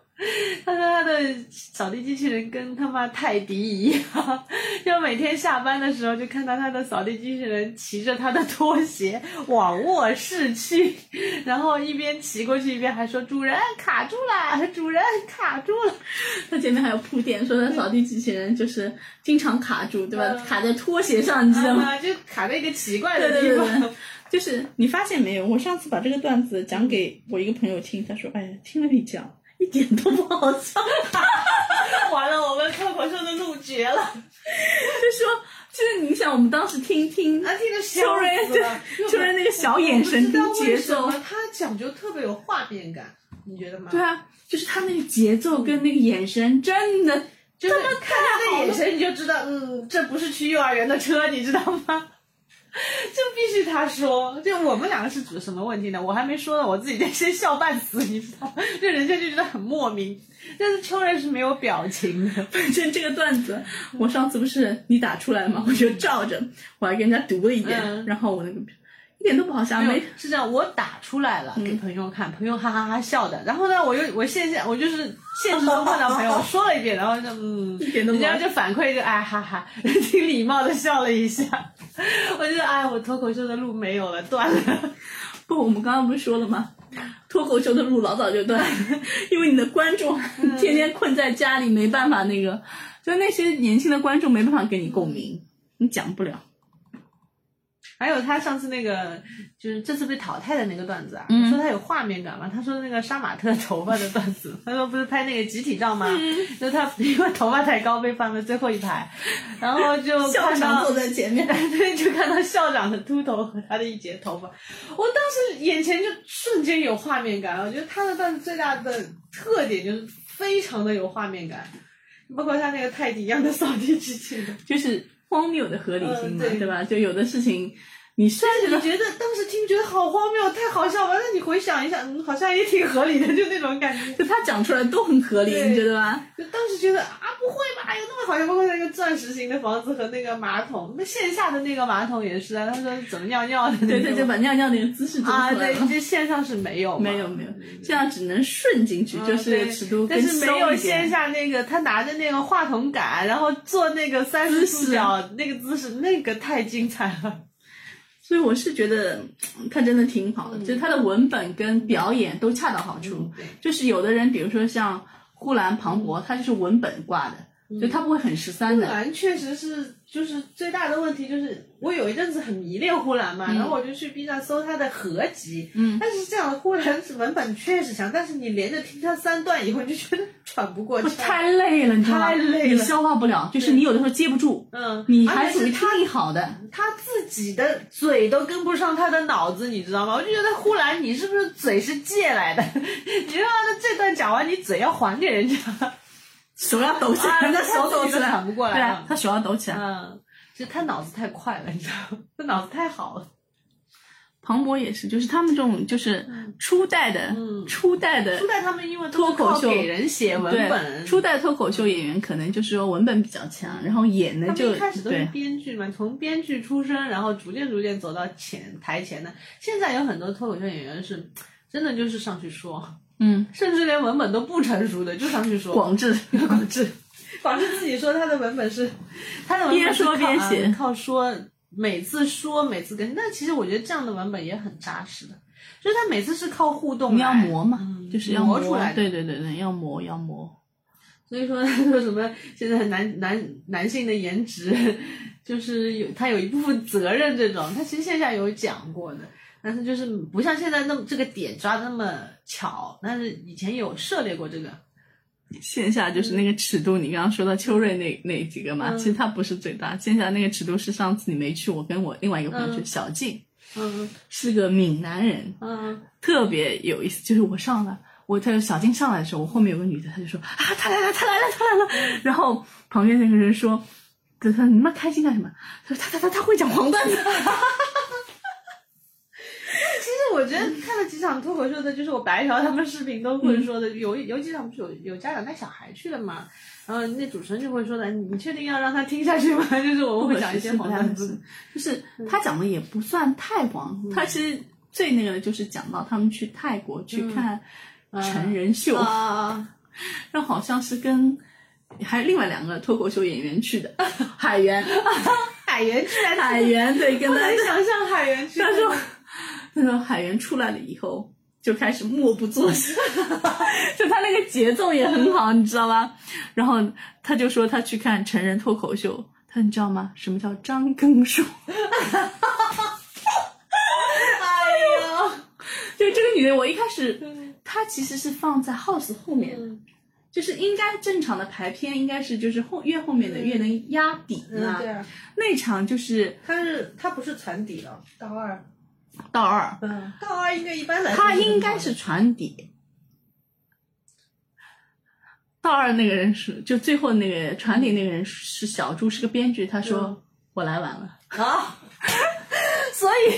S3: 他说他的扫地机器人跟他妈泰迪一样， 就每天下班的时候就看到他的扫地机器人骑着他的拖鞋 往卧室去， 然后一边骑过去一边还说主人卡住了， 主人卡住了。
S2: 他前面还有铺垫，说他扫地机器人就是经常卡住，对吧？
S3: 嗯
S2: 卡在拖鞋上， 你知道吗？
S3: 啊，就卡在一个奇怪
S2: 对
S3: 的
S2: 对对
S3: 地方。
S2: 对，就是你发现没有？我上次把这个段子讲给我一个朋友听，他说：“哎呀，听了你讲，一点都不好笑。”
S3: 完了，我们脱口秀的路绝了， 啊，
S2: 就说，就是你想，我们当时听听
S3: 听着哎 笑
S2: 秋瑞
S3: 死了。
S2: 对 秋瑞那个小眼神跟节奏，
S3: 他讲究特别有画面感，你觉得吗？
S2: 对，啊，就是他那个节奏跟那个眼神，真的
S3: 就是看他的眼神，你就知道，嗯，这不是去幼儿园的车，你知道吗？就必须他说，就我们两个是指什么问题呢？我还没说呢，我自己在先笑半死，你知道吗？就人家就觉得很莫名，但是秋瑞是没有表情的，
S2: 反正这个段子，我上次不是你打出来嘛，我就照着，我还跟人家读了一遍，
S3: 嗯哎
S2: 然后我那个一点都不好笑，
S3: 没
S2: 没嗯
S3: 有是这样，我打出来了给朋友看，朋友哈哈哈笑的。然后呢，我又我线下我就是现实中看到 朋友说了一遍，然后就嗯，
S2: 一点都
S3: 人
S2: 不好
S3: 家就反馈就哎哈 哈，挺礼貌的笑了一下。 我觉得哎，我脱口秀的路没有了，断了。
S2: 不，我们刚刚不是说了吗？脱口秀的路老早就断，因为你的观众
S3: 嗯
S2: 天天困在家里，没办法那个，就那些年轻的观众没办法跟你共鸣，你讲不了。
S3: 还有他上次那个就是这次被淘汰的那个段子啊，
S2: 嗯
S3: 说他有画面感嘛，他说那个杀马特头发的段子， 他说不是拍那个集体照吗？
S2: 嗯
S3: 就他因为头发太高被放在最后一排，然后就
S2: 校
S3: 看
S2: 长
S3: 到
S2: 坐在前面，
S3: 对， 就看到校长的秃头和他的一截头发，我当时眼前就瞬间有画面感。我觉得他的段子最大的特点就是非常的有画面感，包括他那个泰迪一样的扫地机器 人。
S2: 就是荒谬的合理性嘛，
S3: 嗯对
S2: 对吧？就有的事情，你虽然觉
S3: 你
S2: 得
S3: 觉得当时听觉得好荒谬，太好笑了，那你回想一下，嗯，好像也挺合理的，就那种感 觉。
S2: 就他讲出来都很合理，
S3: 对
S2: 你觉得吧？
S3: 就当时觉得啊，不会吧，有那么好笑？包括那个钻石型的房子和那个马桶，那线下的那个马桶也是啊，他说怎么尿尿的那种，
S2: 对，他就把尿尿那个姿势做出
S3: 嗯啊，
S2: 来
S3: 对，
S2: 了。
S3: 这线上是没有嘛，
S2: 没有没有，这样只能顺进去，就
S3: 嗯对
S2: 是尺度更
S3: 但是没
S2: 松
S3: 有
S2: 一点
S3: 线下那个，他拿着那个话筒杆，然后做那个三
S2: 姿
S3: 十
S2: 势
S3: 度角那个姿势，那个太精彩 了。
S2: 所以我是觉得嗯他真的挺好的，就是他的文本跟表演都恰到好处。
S3: 嗯对嗯
S2: 就是有的人，比如说像呼兰、庞博，他就是文本挂的，就他不会很十三的。
S3: 兰确实是，就是最大的问题就是，我有一阵子很迷恋呼兰嘛，然后我就去 B 站搜它的合集，
S2: 嗯
S3: 但是这样的呼兰是文本确实强，但是你连着听它三段以后，你就觉得喘不过气，
S2: 太累了，你知道吗？
S3: 太累了
S2: 你消化不了，就是你有的时候接不住，
S3: 嗯，
S2: 你
S3: 而
S2: 还
S3: 且
S2: 属于
S3: 是他
S2: 听力好的，
S3: 他自己的嘴都跟不上他的脑子，你知道吗？我就觉得呼兰，你是不是嘴是借来的？ 你让他这段讲完，你嘴要还给人家，
S2: 手要抖起
S3: 啊
S2: 来，人家
S3: 他
S2: 手抖
S3: 自己
S2: 起
S3: 都
S2: 来，
S3: 喘不过来
S2: 对啊
S3: 了，
S2: 他手要抖起来。
S3: 嗯。其实他脑子太快了，你知道吗？他脑子太好了。
S2: 庞博也是，就是他们这种就是初代的，
S3: 嗯
S2: 初代的
S3: 初代他们因为都
S2: 脱
S3: 是
S2: 口
S3: 靠
S2: 秀
S3: 给人写文
S2: 对
S3: 本，
S2: 初代脱口秀演员，可能就是说文本比较强，然后也能
S3: 他
S2: 就
S3: 们一开始都是
S2: 对
S3: 编剧嘛，从编剧出身，然后逐渐逐渐走到前台前的。现在有很多脱口秀演员是真的就是上去说，
S2: 嗯
S3: 甚至连文本都不成熟的就上去说。
S2: 广智。
S3: 广志，广志自己说他的文本是，他的文本是靠
S2: 边说边写
S3: 靠说，每次说每次跟。但其实我觉得这样的文本也很扎实的，就是他每次是靠互动
S2: 你要
S3: 来
S2: 磨嘛，
S3: 嗯
S2: 就是要
S3: 磨出来的
S2: 对对对对，要磨要磨。
S3: 所以说说什么现在男男男性的颜值，就是有他有一部分责任这种，他其实线下有讲过的，但是就是不像现在那么这个点抓的那么巧，但是以前有涉猎过这个，
S2: 线下就是那个尺度，你刚刚说到秋瑞那那几个嘛，
S3: 嗯
S2: 其实它不是最大。线下那个尺度是上次你没去，我跟我另外一个朋友去，
S3: 嗯
S2: 小静
S3: 嗯
S2: 是个闽南人，
S3: 嗯，
S2: 特别有意思。就是我上来，我他小静上来的时候，我后面有个女的，她就说啊，她来了，她来了，她来了。然后旁边那个人说，就他你妈开心干什么？他说他他他他会讲黄段子。
S3: 其实我觉得看了几场脱口秀的，就是我白嫖他们视频都会说的，有有几场不是有有家长带小孩去了嘛，然后那主持人就会说的，你你确定要让他听下去吗？ 就是我会讲一些
S2: 不
S3: 黄
S2: 太
S3: 段
S2: 合
S3: 子嗯
S2: 适，就是他讲的也不算太广，他其实最那个的就是讲到他们去泰国去看成人秀，
S3: 嗯啊啊啊！
S2: 然后好像是跟还有另外两个脱口秀演员去的， 海源，
S3: 海源居然
S2: 海源对，跟
S3: 不
S2: 他
S3: 能想象海源居 然
S2: 他说他说海源出来了以后。就开始默不作声， 就他那个节奏也很好，你知道吧？然后他就说他去看成人脱口秀，他你知道吗？什么叫张根 硕？
S3: 哎呦，
S2: 就这个女的，我一开始她其实是放在 house 后面的，
S3: 嗯
S2: 就是应该正常的排片应该是就是后越后面的越能压底嘛。
S3: 嗯，对啊，
S2: 那场就是
S3: 他是他不是船底了，高二，
S2: 道二，
S3: 嗯，高二应该一般来说
S2: 她
S3: 是很好的，
S2: 应该是船底。道二那个人是，就最后那个船底那个人是小朱，是个编剧。他说、
S3: 嗯
S2: 我来晚了，
S3: 啊， 所以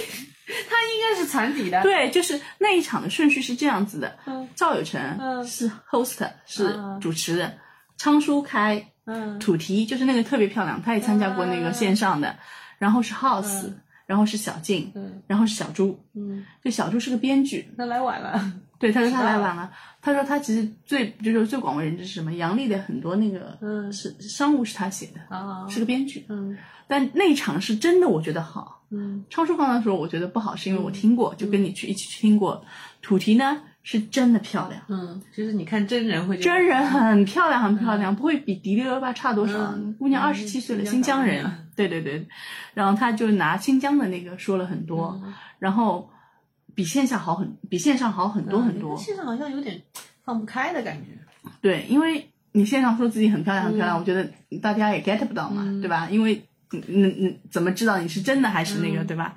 S3: 他应该是船底的，
S2: 对，就是那一场的顺序是这样子的：
S3: 嗯
S2: 赵有
S3: 嗯
S2: 成是 host，、是
S3: 嗯
S2: 主持的，昌叔开，
S3: 嗯，
S2: 土提就是那个特别漂亮，她也参加过那个线上的，然后是 House，、
S3: 嗯
S2: 然后是小静，
S3: 嗯
S2: 然后是小朱。
S3: 嗯，
S2: 就小朱是个编剧，
S3: 那来晚了，
S2: 对，他说他
S3: 是啊
S2: 来晚了。他说他其实最就是最广为人知是什么？杨笠的很多那个
S3: 嗯
S2: 是商务是他写的，
S3: 啊，
S2: 是个编剧。
S3: 嗯
S2: 但那场是真的，我觉得好。
S3: 嗯
S2: 超叔刚才说我觉得不好，是因为我听过，就跟你去一起去听过。土提呢是真的漂亮，
S3: 嗯，就是你看真人会觉得
S2: 真人很漂亮，很漂亮，不会比迪丽热巴差多少。
S3: 嗯
S2: 姑娘二十七岁了，
S3: 嗯
S2: 新疆
S3: 新
S2: 人
S3: 疆人，
S2: 对对对。然后她就拿新疆的那个说了很多，
S3: 嗯
S2: 然后比线下好很，比线上好很多很多。
S3: 嗯线上好像有点放不开的感觉，
S2: 对，因为你线上说自己很漂亮，很漂亮，
S3: 嗯
S2: 我觉得大家也 get 不到嘛，
S3: 嗯
S2: 对吧？因为你你你怎么知道你是真的还是那个，
S3: 嗯
S2: 对吧？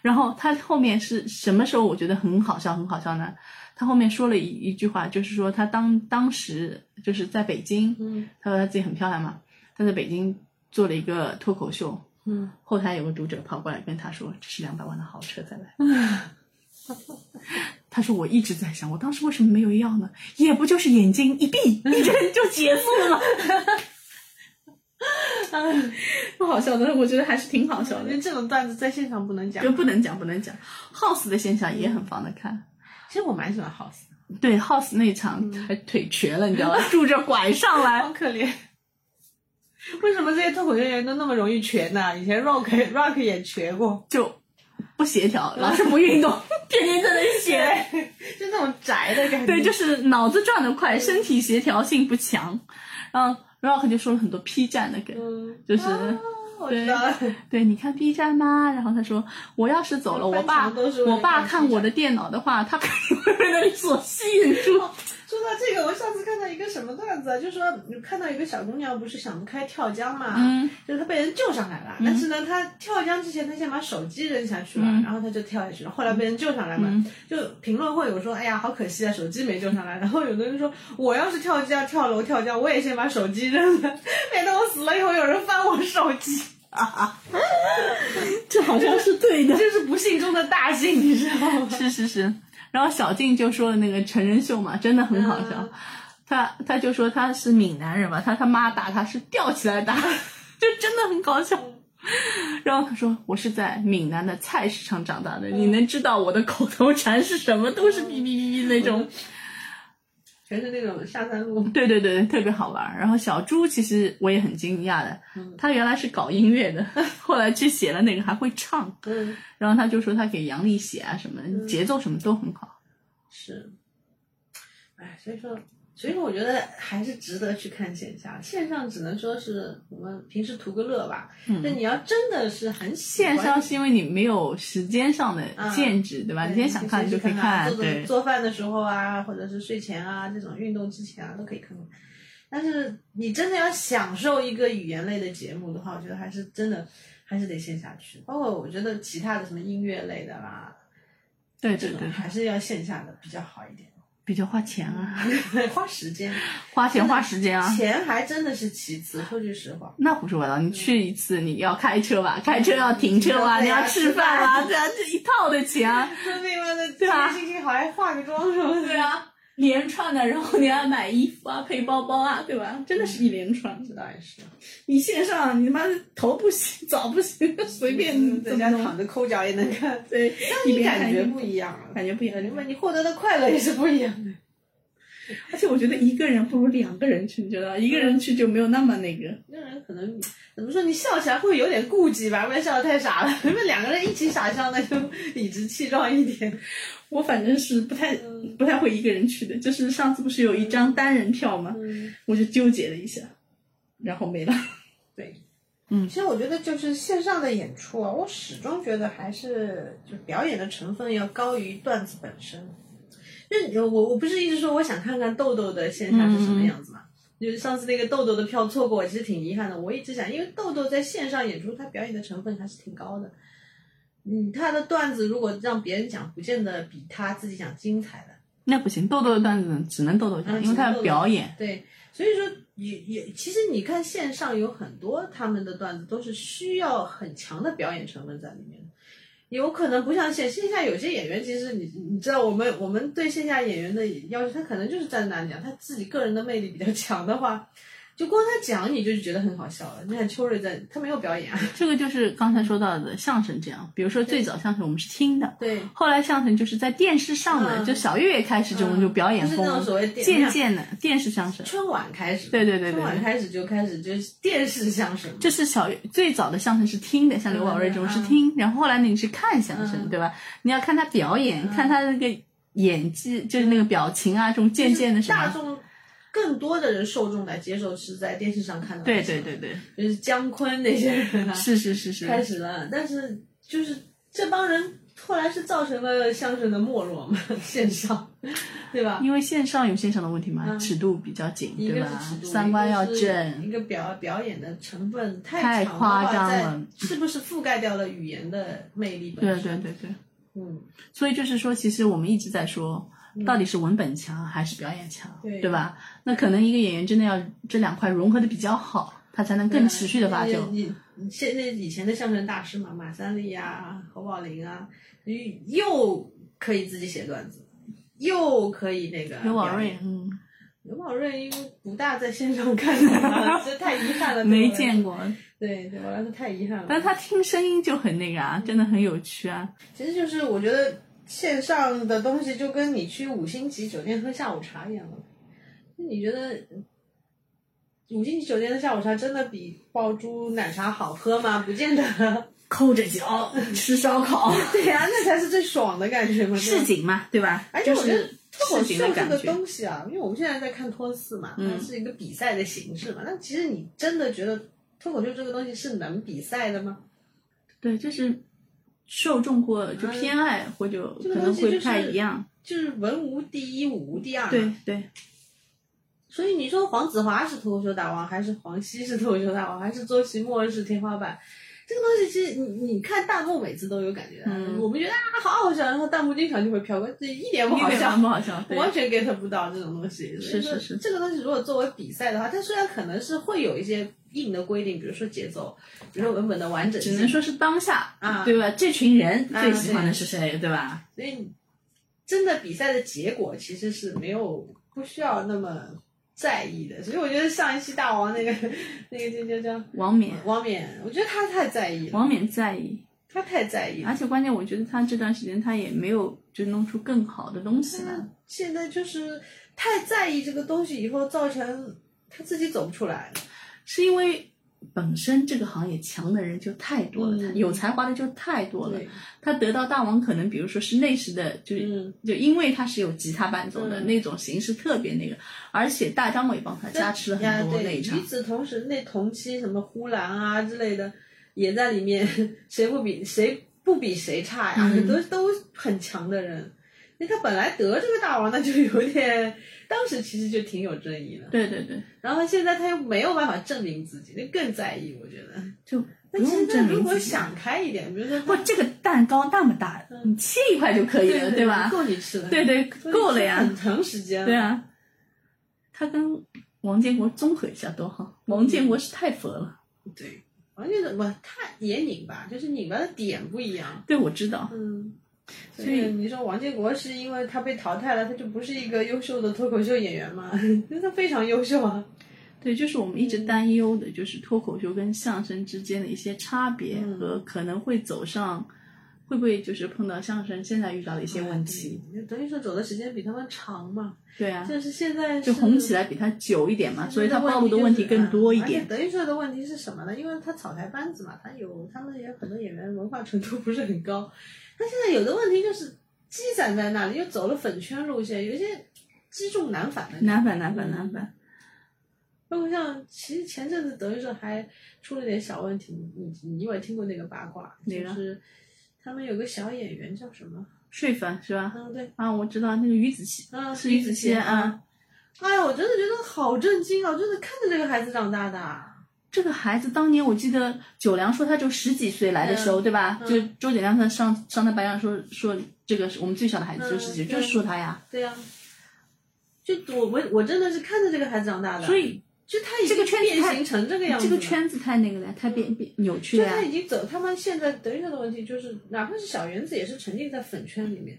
S2: 然后他后面是什么时候？我觉得很好笑，很好笑呢。他后面说了一一句话，就是说他当当时就是在北京，
S3: 嗯
S2: 他说他自己很漂亮嘛，他在北京做了一个脱口秀，
S3: 嗯，
S2: 后台有个读者跑过来跟他说：“这是两百万的豪车，再 来。”他说：“我一直在想，我当时为什么没有要呢？也不就是眼睛 一闭一睁就结束了 吗？”不好笑的，但是我觉得还是挺好笑
S3: 我觉
S2: 的
S3: 得。这种段子在现场不能讲
S2: 就。不能讲，不能讲。House 的现象也很放得开。
S3: 其实我蛮喜欢 House，的
S2: 对 House 那一场还腿瘸了，你知道吧？拄着拐上来，
S3: 好可怜。 为什么这些脱口秀演员都那么容易瘸呢？以前 Rock Rock 也瘸过，
S2: 就不协调，老是不运动， 天天在那写。
S3: 就 那种宅的感觉。
S2: 对，就是脑子转得快，身体协调性不强。然后，Rock 就说了很多 P 站的梗，
S3: 嗯，
S2: 就是
S3: 啊我知道了，
S2: 对，你看 B 站吗？然后他说，我要是走了，我爸
S3: 翻墙都是为了
S2: 我爸
S3: 看
S2: 看
S3: B
S2: 我
S3: 站
S2: 的电脑的话，他肯定会被那里所吸引住。
S3: 说到这个，我上次看到一个什么段子啊，就说你看到一个小姑娘不是想不开跳江嘛，
S2: 嗯，
S3: 就是她被人救上来了，但是呢，她跳江之前她先把手机扔下去了，然后她就跳下去了，后来被人救上来嘛，就评论会有说，哎呀，好可惜啊，手机没救上来，然后有的人说，我要是跳江、跳楼、跳江，我也先把手机扔了， 免得我死了以后有人翻我手机，
S4: 这好像是对的。
S3: 这是不幸中的大幸，你知道吗？
S2: 是是是。然后小静就说了那个成人秀嘛，真的很好笑。
S3: 嗯
S2: 他他就说他是闽南人嘛，他他妈打他是吊起来打， 就真的很搞笑。然后他说我是在闽南的菜市场长大的，你能知道我的口头禅是什么？都是哔哔哔哔那种。
S3: 全是那种下三路，
S2: 对对对，特别好玩儿。然后小猪其实我也很惊讶的，他原来是搞音乐的，后来去写了那个还会唱。
S3: 嗯，
S2: 然后他就说他给杨丽写啊什么，节奏什么都很好。
S3: 是，哎，所以说，所以说，我觉得还是值得去看线下。线上只能说是我们平时图个乐吧。那、你要真的是很喜欢
S2: 嗯线上是因为你没有时间上的限制，啊对吧？
S3: 对
S2: 你今天想看
S3: 你
S2: 就
S3: 就
S2: 可以
S3: 随时看啊做
S2: 对
S3: 做。做饭的时候啊，或者是睡前啊，这种运动之前啊，都可以看看。但是你真的要享受一个语言类的节目的话，我觉得还是真的还是得线下去。包括我觉得其他的什么音乐类的啦，
S2: 对
S3: 这
S2: 对
S3: 种
S2: 对，
S3: 还是要线下的比较好 一点，
S2: 比较花钱啊，
S3: 花时间。
S2: 花钱花时间啊。
S3: 钱还真的是其次，说句实话。
S2: 那胡说八道！你去一次，你要开车吧，开车要停车吧，
S3: 嗯
S2: 你要
S3: 对啊
S2: 吃饭啊，对啊，这一套的钱啊。
S3: 说那妈的，
S2: 对啊
S3: 心情好还化个妆什么 的。
S2: 对啊，连串的，然后你还买衣服啊，配包包啊，对吧？真的是一连串。
S3: 这倒也是，
S2: 你线上，你他妈头不行，脚不行，随便
S3: 在
S2: 怎么
S3: 家
S2: 弄
S3: 躺着抠脚也能看，
S2: 对，
S3: 那
S2: 一
S3: 你
S2: 边
S3: 感觉
S2: 看
S3: 不一样啊，
S2: 感觉不一样
S3: 另外你获得的快乐也是不一样的。
S2: 而且我觉得一个人不如两个人去，你觉得吧一个人去就没有那么那个。
S3: 一个人可能怎么说，你笑起来会有点顾忌吧，不然笑得太傻了。 你们两个人一起傻笑，那就理直气壮一点。
S2: 我反正是不太不太会一个人去的，就是上次不是有一张单人票嘛，我就纠结了一下，然后没了。
S3: 对，嗯，其实我觉得就是线上的演出啊，我始终觉得还是就表演的成分要高于段子本身。那我我不是一直说我想看看豆豆的线下是什么样子嘛？就是上次那个豆豆的票错过，我其实挺遗憾的。我一直想，因为豆豆在线上演出，他表演的成分还是挺高的。嗯，他的段子如果让别人讲，不见得比他自己讲精彩的。
S2: 那不行，豆豆的段子只能豆豆
S3: 嗯
S2: 讲，因为他要表演。
S3: 对，所以说也也，其实你看线上有很多他们的段子都是需要很强的表演成分在里面的，有可能不像线线下有些演员，其实你你知道我们我们对线下演员的要求，他可能就是站在那里讲，啊他自己个人的魅力比较强的话。就光他讲你就觉得很好笑了。你看秋瑞在，他没有表演啊。
S2: 这个就是刚才说到的相声这样，比如说最早相声我们是听的，
S3: 对，
S2: 后来相声就是在电视上的，
S3: 嗯
S2: 就小岳岳开始这种
S3: 嗯
S2: 就表演
S3: 就是那
S2: 风
S3: 种所谓，电
S2: 渐渐的电视相声。
S3: 春晚开始，
S2: 对对对对
S3: 春晚开始就开始就是电视相声嘛，
S2: 就是小最早的相声是听的，像刘宝瑞这种是
S3: 嗯
S2: 听，然后后来你是看相声，
S3: 嗯
S2: 对吧？你要看他表演，看他那个演技，就是那个表情啊，这种渐渐的什
S3: 嗯大
S2: 么。
S3: 众更多的人受众来接受是在电视上看到的，
S2: 对对对，对，
S3: 就是姜昆那些人啊
S2: 是是是是，
S3: 开始了，但是就是这帮人后来是造成了相声的没落嘛， 线上，对吧？
S2: 因为线上有线上的问题嘛，尺度比较紧，
S3: 嗯一个
S2: 对吧
S3: 是尺？度，
S2: 三观要
S3: 一个是
S2: 正，
S3: 一个表表演的成分
S2: 太
S3: 太长的
S2: 夸
S3: 话
S2: 张
S3: 在
S2: 了
S3: 是不是覆盖掉了语言的魅力本
S2: 对
S3: 身？
S2: 对对对。
S3: 嗯，
S2: 所以就是说，其实我们一直在说，到底是文本强还是表演强，
S3: 对
S2: 对吧？那可能一个演员真的要这两块融合的比较好，他才能更持续的发
S3: 对
S2: 酵
S3: 啊。你你现在以前的相声大师嘛，马三立啊、侯宝林啊，又可以自己写段子，又可以那个
S2: 刘宝
S3: 表
S2: 瑞
S3: 演，。
S2: 嗯，
S3: 刘宝瑞因为不大在线上看到 他，这太遗憾了，
S2: 嗯
S3: 对我来
S2: 没
S3: 说
S2: 见。过，
S3: 对，对我来说太遗憾了。
S2: 但他听声音就很那个啊，真的很有趣啊。
S3: 其实就是我觉得线上的东西就跟你去五星级酒店喝下午茶一样了。那你觉得五星级酒店的下午茶真的比爆珠奶茶好喝吗？不见得。
S1: 抠着脚吃烧烤，
S3: 对呀、那才是最爽的感觉嘛。对吧
S2: 市井嘛，对吧？
S3: 而且
S2: 就
S3: 哎我觉得
S2: 是
S3: 脱口
S2: 市
S3: 秀
S2: 井的
S3: 这
S2: 感
S3: 个
S2: 觉。
S3: 东西啊，因为我们现在在看托四嘛，它
S2: 嗯
S3: 是一个比赛的形式嘛。那其实你真的觉得脱口秀这个东西是能比赛的吗？
S2: 对，就是受众或就偏爱或者
S3: 这个
S2: 可
S3: 东
S2: 能
S3: 西
S2: 会
S3: 就
S2: 不太
S3: 是
S2: 一样。
S3: 就是文无第一，武无第二嘛。
S2: 对对，
S3: 所以你说黄子华是脱口秀大王，还是黄西是脱口秀大王，还是周奇墨是天花板？这个东西其实你你看弹幕每次都有感觉的，
S2: 嗯
S3: 我们觉得啊好好笑，然后弹幕经常就会飘过，这一点不好
S2: 一点
S3: 笑
S2: 蛮，不好笑。对
S3: 完全 get 不到这种东西。所
S2: 是
S3: 以说
S2: 是是
S3: 这个东西如果作为比赛的话，它虽然可能是会有一些硬的规定，比如说节奏，比如说文本的完整
S2: 只
S3: 性，
S2: 能说是当下
S3: 啊
S2: 对吧？这群人
S3: 啊
S2: 最喜欢的是谁，对吧？
S3: 所以你真的比赛的结果其实是没有不需要那么在意的。所以我觉得上一期大王那个那个叫叫叫
S2: 王冕，
S3: 王冕，我觉得他太在意了，
S2: 王冕在意，
S3: 他太在意了
S2: 而。且关键我觉得他这段时间他也没有就弄出更好的东西来。
S3: 现在就是太在意这个东西，以后造成他自己走不出来。
S2: 是因为本身这个行业强的人就太多了，
S3: 嗯
S2: 有才华的就太多了
S3: 对。
S2: 他得到大王可能，比如说是那时的，就是、
S3: 嗯
S2: 就因为他是有吉他伴奏的、
S3: 嗯
S2: 那种形式特别那个，而且大张伟帮他加持了
S3: 呀，
S2: 很多
S3: 对。
S2: 内场
S3: 与。此同时，那同期什么呼兰啊之类的也在里面，谁不比谁不比谁差呀？
S2: 嗯
S3: 很多都很强的人。那他本来得这个大王，那就有点，当时其实就挺有争议的。
S2: 对对对，
S3: 然后现在他又没有办法证明自己，那更在意，我觉得。
S2: 就不
S3: 那其
S2: 用
S3: 实
S2: 证
S3: 如
S2: 明
S3: 果
S2: 自己。
S3: 想开一点，比如说他
S2: 不，这个蛋糕那么大，
S3: 嗯
S2: 你切一块就可以了，
S3: 对
S2: 对吧？
S3: 够你吃了。
S2: 对对，够了呀
S3: 很。长时间了。
S2: 对啊，他跟王建国综合一下多好。王建国是太佛了，
S3: 对，王俊怎么他也拧巴，就是拧巴的点不一样。
S2: 对我知道。
S3: 嗯，所
S2: 所以
S3: 以你说王建国是因为他被淘汰了，他就不是一个优秀的脱口秀演员吗？ 那他非常优秀啊。
S2: 对，就是我们一直担忧的，就是脱口秀跟相声之间的一些差别
S3: 嗯
S2: 和可能会走上，会不会就是碰到相声现在遇到的一些问题？
S3: 嗯，等于说走的时间比他们长嘛，
S2: 对啊，
S3: 就是现在
S2: 就是红起来比他久一点嘛，所以他暴露的问
S3: 问
S2: 题更多一点。
S3: 德云社的问题是什么呢？因为他草台班子嘛，他有他们也有很多演员文化程度不是很高，他现在有的问题就是积攒在那里，又走了粉圈路线，有一些积重难返的感觉。
S2: 难反难反
S3: 嗯
S2: 难反，
S3: 包括像其实前阵子德云社还出了点小问题，你你你有听过那个八卦？
S2: 哪
S3: 就
S2: 个
S3: 是他们有个小演员叫什么？
S2: 睡粉是吧？
S3: 嗯，对，
S2: 啊，我知道那个于子淇，
S3: 嗯，
S2: 是于子
S3: 淇
S2: 淇啊。
S3: 哎呀，我真的觉得好震惊啊！我真的看着这个孩子长大的，啊
S2: 这个孩子当年我记得九良说他就十几岁来的时候，对吧？
S3: 嗯
S2: 就周九良他上上他班上说说这个是我们最小的孩子
S3: 嗯
S2: 就十几岁，
S3: 对
S2: 就是说他呀，
S3: 对呀、就我我我真的是看着这个孩子长大的，啊
S2: 所以
S3: 就他已
S2: 这个
S3: 经
S2: 圈子
S3: 变
S2: 太嗯
S3: 形成这个样子
S2: 这
S3: 了，
S2: 个圈子太那个了，太变变扭曲
S3: 就
S2: 了
S3: 他
S2: 呀。
S3: 已经走，他们现在德云社的问题就是，哪怕是小园子也是沉浸在粉圈里面。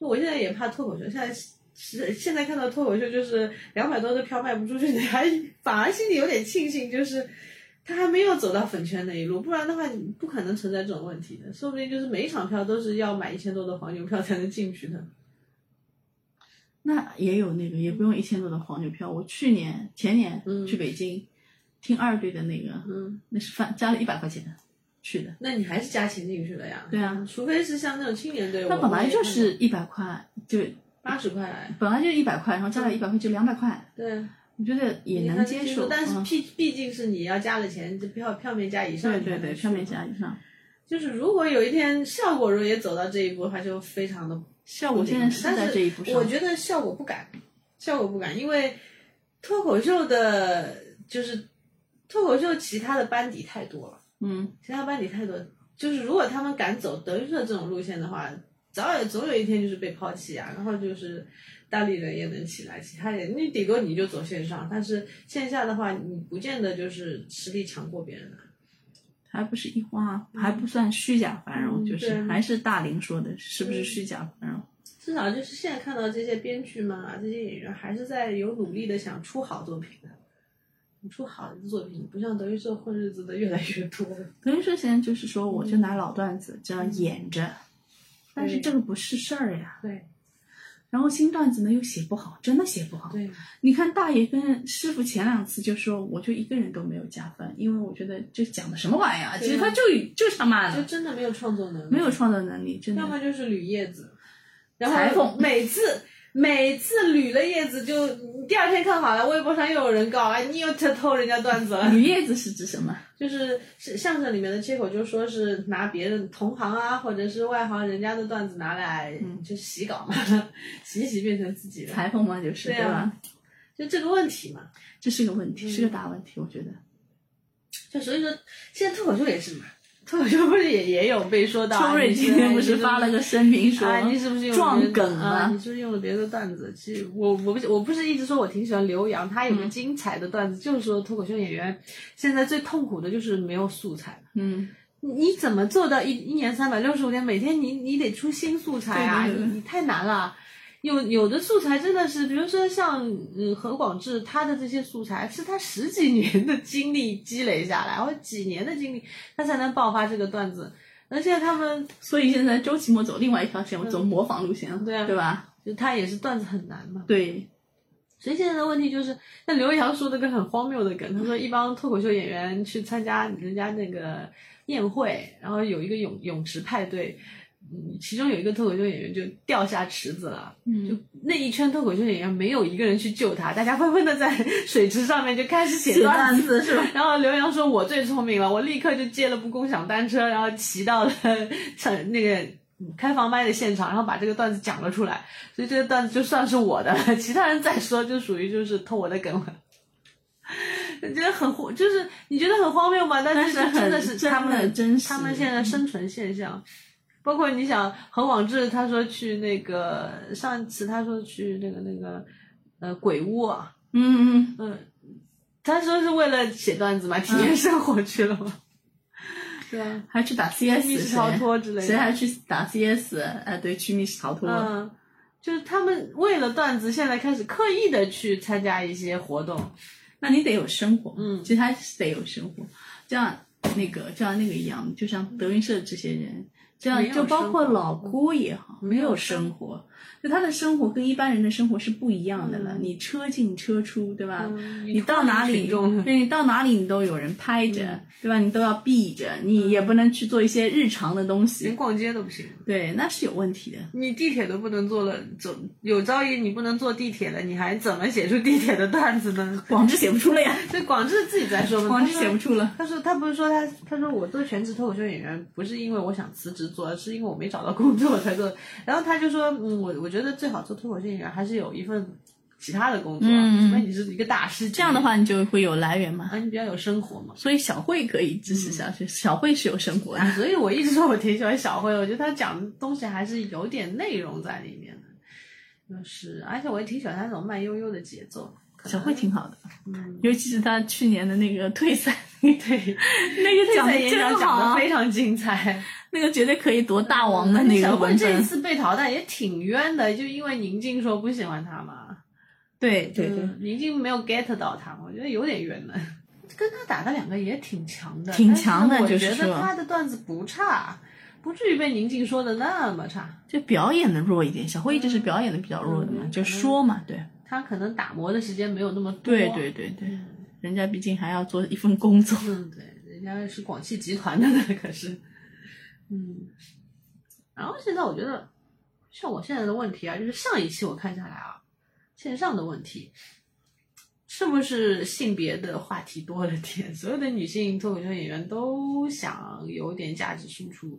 S3: 就我现在也怕脱口秀，现在是现在看到脱口秀就是两百多的票卖不出去， 你还反而心里有点庆幸，就是他还没有走到粉圈那一路，不然的话你不可能存在这种问题的，说不定就是每一场票都是要买一千多的黄牛票才能进去的。
S2: 那也有那个，也不用一千多的黄牛票。我去年前年
S3: 嗯
S2: 去北京、听二队的那个，
S3: 嗯，
S2: 那是饭加了一百块钱去的，
S3: 那你还是加钱进去了呀？
S2: 对啊，
S3: 除非是像那种青年队，
S2: 那本来就是一百块，就
S3: 八十块，
S2: 本来就一百块，然后加了一百块就两百块，
S3: 对。啊
S2: 我觉得也能接受。
S3: 但是
S2: 嗯
S3: 毕毕竟是你要加了钱，这票票面价以上，
S2: 对对对，票面。价以上。
S3: 就是如果有一天效果如果也走到这一步的话，就非常的。
S2: 效果现在是在这一步上，
S3: 我觉得效果不敢，效果不敢，因为脱口秀的，就是脱口秀其他的班底太多了，
S2: 嗯，
S3: 其他班底太多，就是如果他们敢走德云社这种路线的话。早有总有一天就是被抛弃啊，然后就是大力人也能起来，其他人你顶多你就走线上，但是线下的话，你不见得就是实力强过别人的。
S2: 还不是一花，还不算虚假繁荣，
S3: 嗯
S2: 就是
S3: 对
S2: 还是大林说的，是不是虚假繁荣？
S3: 至少就是现在看到这些编剧们啊，这些演员还是在有努力的想出好作品的，你出好的作品，不像德云社混日子的越来越多了。
S2: 等于说现在就是说，我就
S3: 嗯
S2: 拿老段子这样演着，但是这个不是事儿呀。
S3: 对，
S1: 然后新段子呢又写不好，真的写不好。
S3: 对，
S1: 你看大爷跟师傅前两次就说，我就一个人都没有加分，因为我觉得这讲的什么玩意儿啊，其
S3: 对
S1: 实
S3: 啊
S1: 他就就是他妈
S3: 就
S1: 的，
S3: 真的没有创作能力，
S1: 没有创造能力，真
S3: 要嗯么
S1: 的。
S3: 就是捋叶子，
S1: 裁
S3: 然后
S1: 缝
S3: 每次每次捋了叶子就，第二天看好了，微博上又有人告，哎，你又偷偷人家段子了。
S1: 女叶子是指什么？
S3: 就是是相声里面的切口，就说是拿别人同行啊，或者是外行人家的段子拿来、就洗稿嘛， 洗一洗变成自己的，
S1: 裁缝嘛，就是
S3: 对啊
S1: 吧？
S3: 就这个问题嘛。
S1: 这是个问题，
S3: 嗯
S1: 是个大问题，我觉得。
S3: 就所以说，现在脱口秀也是嘛，脱口秀不是也也有被说到？
S1: 秋瑞今天不是发了个声明说
S3: 啊，你是不是用
S1: 撞
S3: 别的
S1: 梗
S3: 啊？
S1: 了
S3: 你是不是用了别的段子？其实我我不是我不是一直说我挺喜欢刘洋，他有
S1: 嗯
S3: 个精彩的段子，就是说脱口秀演员现在最痛苦的就是没有素材。
S1: 嗯，
S3: 你你怎么做到一一年三百六十五天，每天你你得出新素材啊？
S1: 对对对
S3: 你你太难了。有有的素材真的是，比如说像嗯何广智，他的这些素材是他十几年的经历积累下来，或者几年的经历，他才能爆发这个段子。而且他们
S1: 所以现在周奇墨走另外一条线，我走模仿路线了，
S3: 嗯对啊
S1: 对吧？
S3: 就他也是段子很难嘛，
S1: 对，
S3: 所以现在的问题就是，那刘洋说了个很荒谬的梗，他说一帮脱口秀演员去参加人家那个宴会，然后有一个泳泳池派对，嗯，其中有一个脱口秀演员就掉下池子了，
S1: 嗯
S3: 就那一圈脱口秀演员没有一个人去救他，大家纷纷的在水池上面就开始写段
S1: 子
S3: 子。
S1: 是吧？
S3: 然后刘洋说：“我最聪明了，我立刻就借了部共享单车，然后骑到了上那个开房麦的现场，然后把这个段子讲了出来。所以这个段子就算是我的了，其他人再说就属于就是偷我的梗了。你觉得很荒，就是你觉得很荒谬吗？但
S1: 但是很
S3: 真的是
S1: 真
S3: 他
S1: 的
S3: 们
S1: 真实
S3: 他们现在生存现象。包括你想何广智，他说去那个上一次他说去那个那个呃鬼屋啊，
S1: 嗯嗯，
S3: 嗯，他说是为了写段子嘛，体验生活去了 嘛。对 啊，
S1: 还去打
S3: 密
S1: CS
S3: 室逃脱之类
S1: 谁还
S3: 的。
S1: 去打 CS？哎，对，去密室逃脱。
S3: 嗯，就是他们为了段子，现在开始刻意的去参加一些活动。
S1: 那你得有生活，
S3: 嗯
S1: 其实还是得有生活，就像那个，就像那个一样，就像德云社这些人，这
S3: 没
S1: 样
S3: 有
S1: 就包括老郭也好，
S3: 嗯
S1: 没有生活，就他的生活跟一般人的生活是不一样的了。
S3: 嗯
S1: 你车进车出，对吧？
S3: 嗯
S1: 你到哪
S3: 你脱离
S1: 里
S3: 群众，
S1: 对你到哪里你都有人拍着，
S3: 嗯
S1: 对吧？你都要避着，你也不能去做一些日常的东西，
S3: 连逛街都不行，
S1: 对，那是有问题的。
S3: 你地铁都不能坐了，走有朝一日你不能坐地铁了，你还怎么写出地铁的段子呢？
S1: 广志写不出了呀，
S3: 这广志自己在说嘛，
S1: 广志
S3: 他说
S1: 写不出了。
S3: 他说他不是说他他说我做全职脱口秀演员不是因为我想辞职做，是因为我没找到工作才做。然后他就说，嗯，我我觉得最好做脱口秀演员还是有一份其他的工作，啊
S1: 嗯
S3: 除非你是一个大师级。
S1: 这样的话，你就会有来源嘛。
S3: 啊，你比较有生活嘛。
S1: 所以小慧可以支持下去，小慧是有生活的。
S3: 所以我一直说我挺喜欢小慧，我觉得她讲的东西还是有点内容在里面的，就是而且我也挺喜欢她那种慢悠悠的节奏。可
S1: 小
S3: 能
S1: 慧挺好的，
S3: 嗯，
S1: 尤其是她去年的那个退赛，
S3: 对，
S1: 那个讲
S3: 在
S1: 的
S3: 演
S1: 真
S3: 讲
S1: 好
S3: 讲
S1: 啊
S3: 的，非常精彩。
S1: 那个绝对可以夺大王的那
S3: 小
S1: 个
S3: 慧
S1: 文
S3: 这一
S1: 本。
S3: 次被淘汰也挺冤的，就因为宁静说不喜欢他嘛，
S1: 对对对，
S3: 嗯宁静没有 get 到他嘛，我觉得有点冤的。跟他打的两个也挺强的，
S1: 挺强的
S3: 但
S1: 就是
S3: 我觉得
S1: 说
S3: 他的段子不差，不至于被宁静说的那么差。
S1: 就表演的弱一点，小慧一直是表演的比较弱的嘛，
S3: 嗯
S1: 就说嘛，对
S3: 他可能打磨的时间没有那么多。
S1: 对对对对，
S3: 嗯，
S1: 人家毕竟还要做一份工作。
S3: 嗯，对，人家是广汽集团的呢，可是，嗯，然后现在我觉得，像我现在的问题啊，就是上一期我看下来啊，线上的问题，是不是性别的话题多了点？ 所有的女性脱口秀演员都想有点价值输出，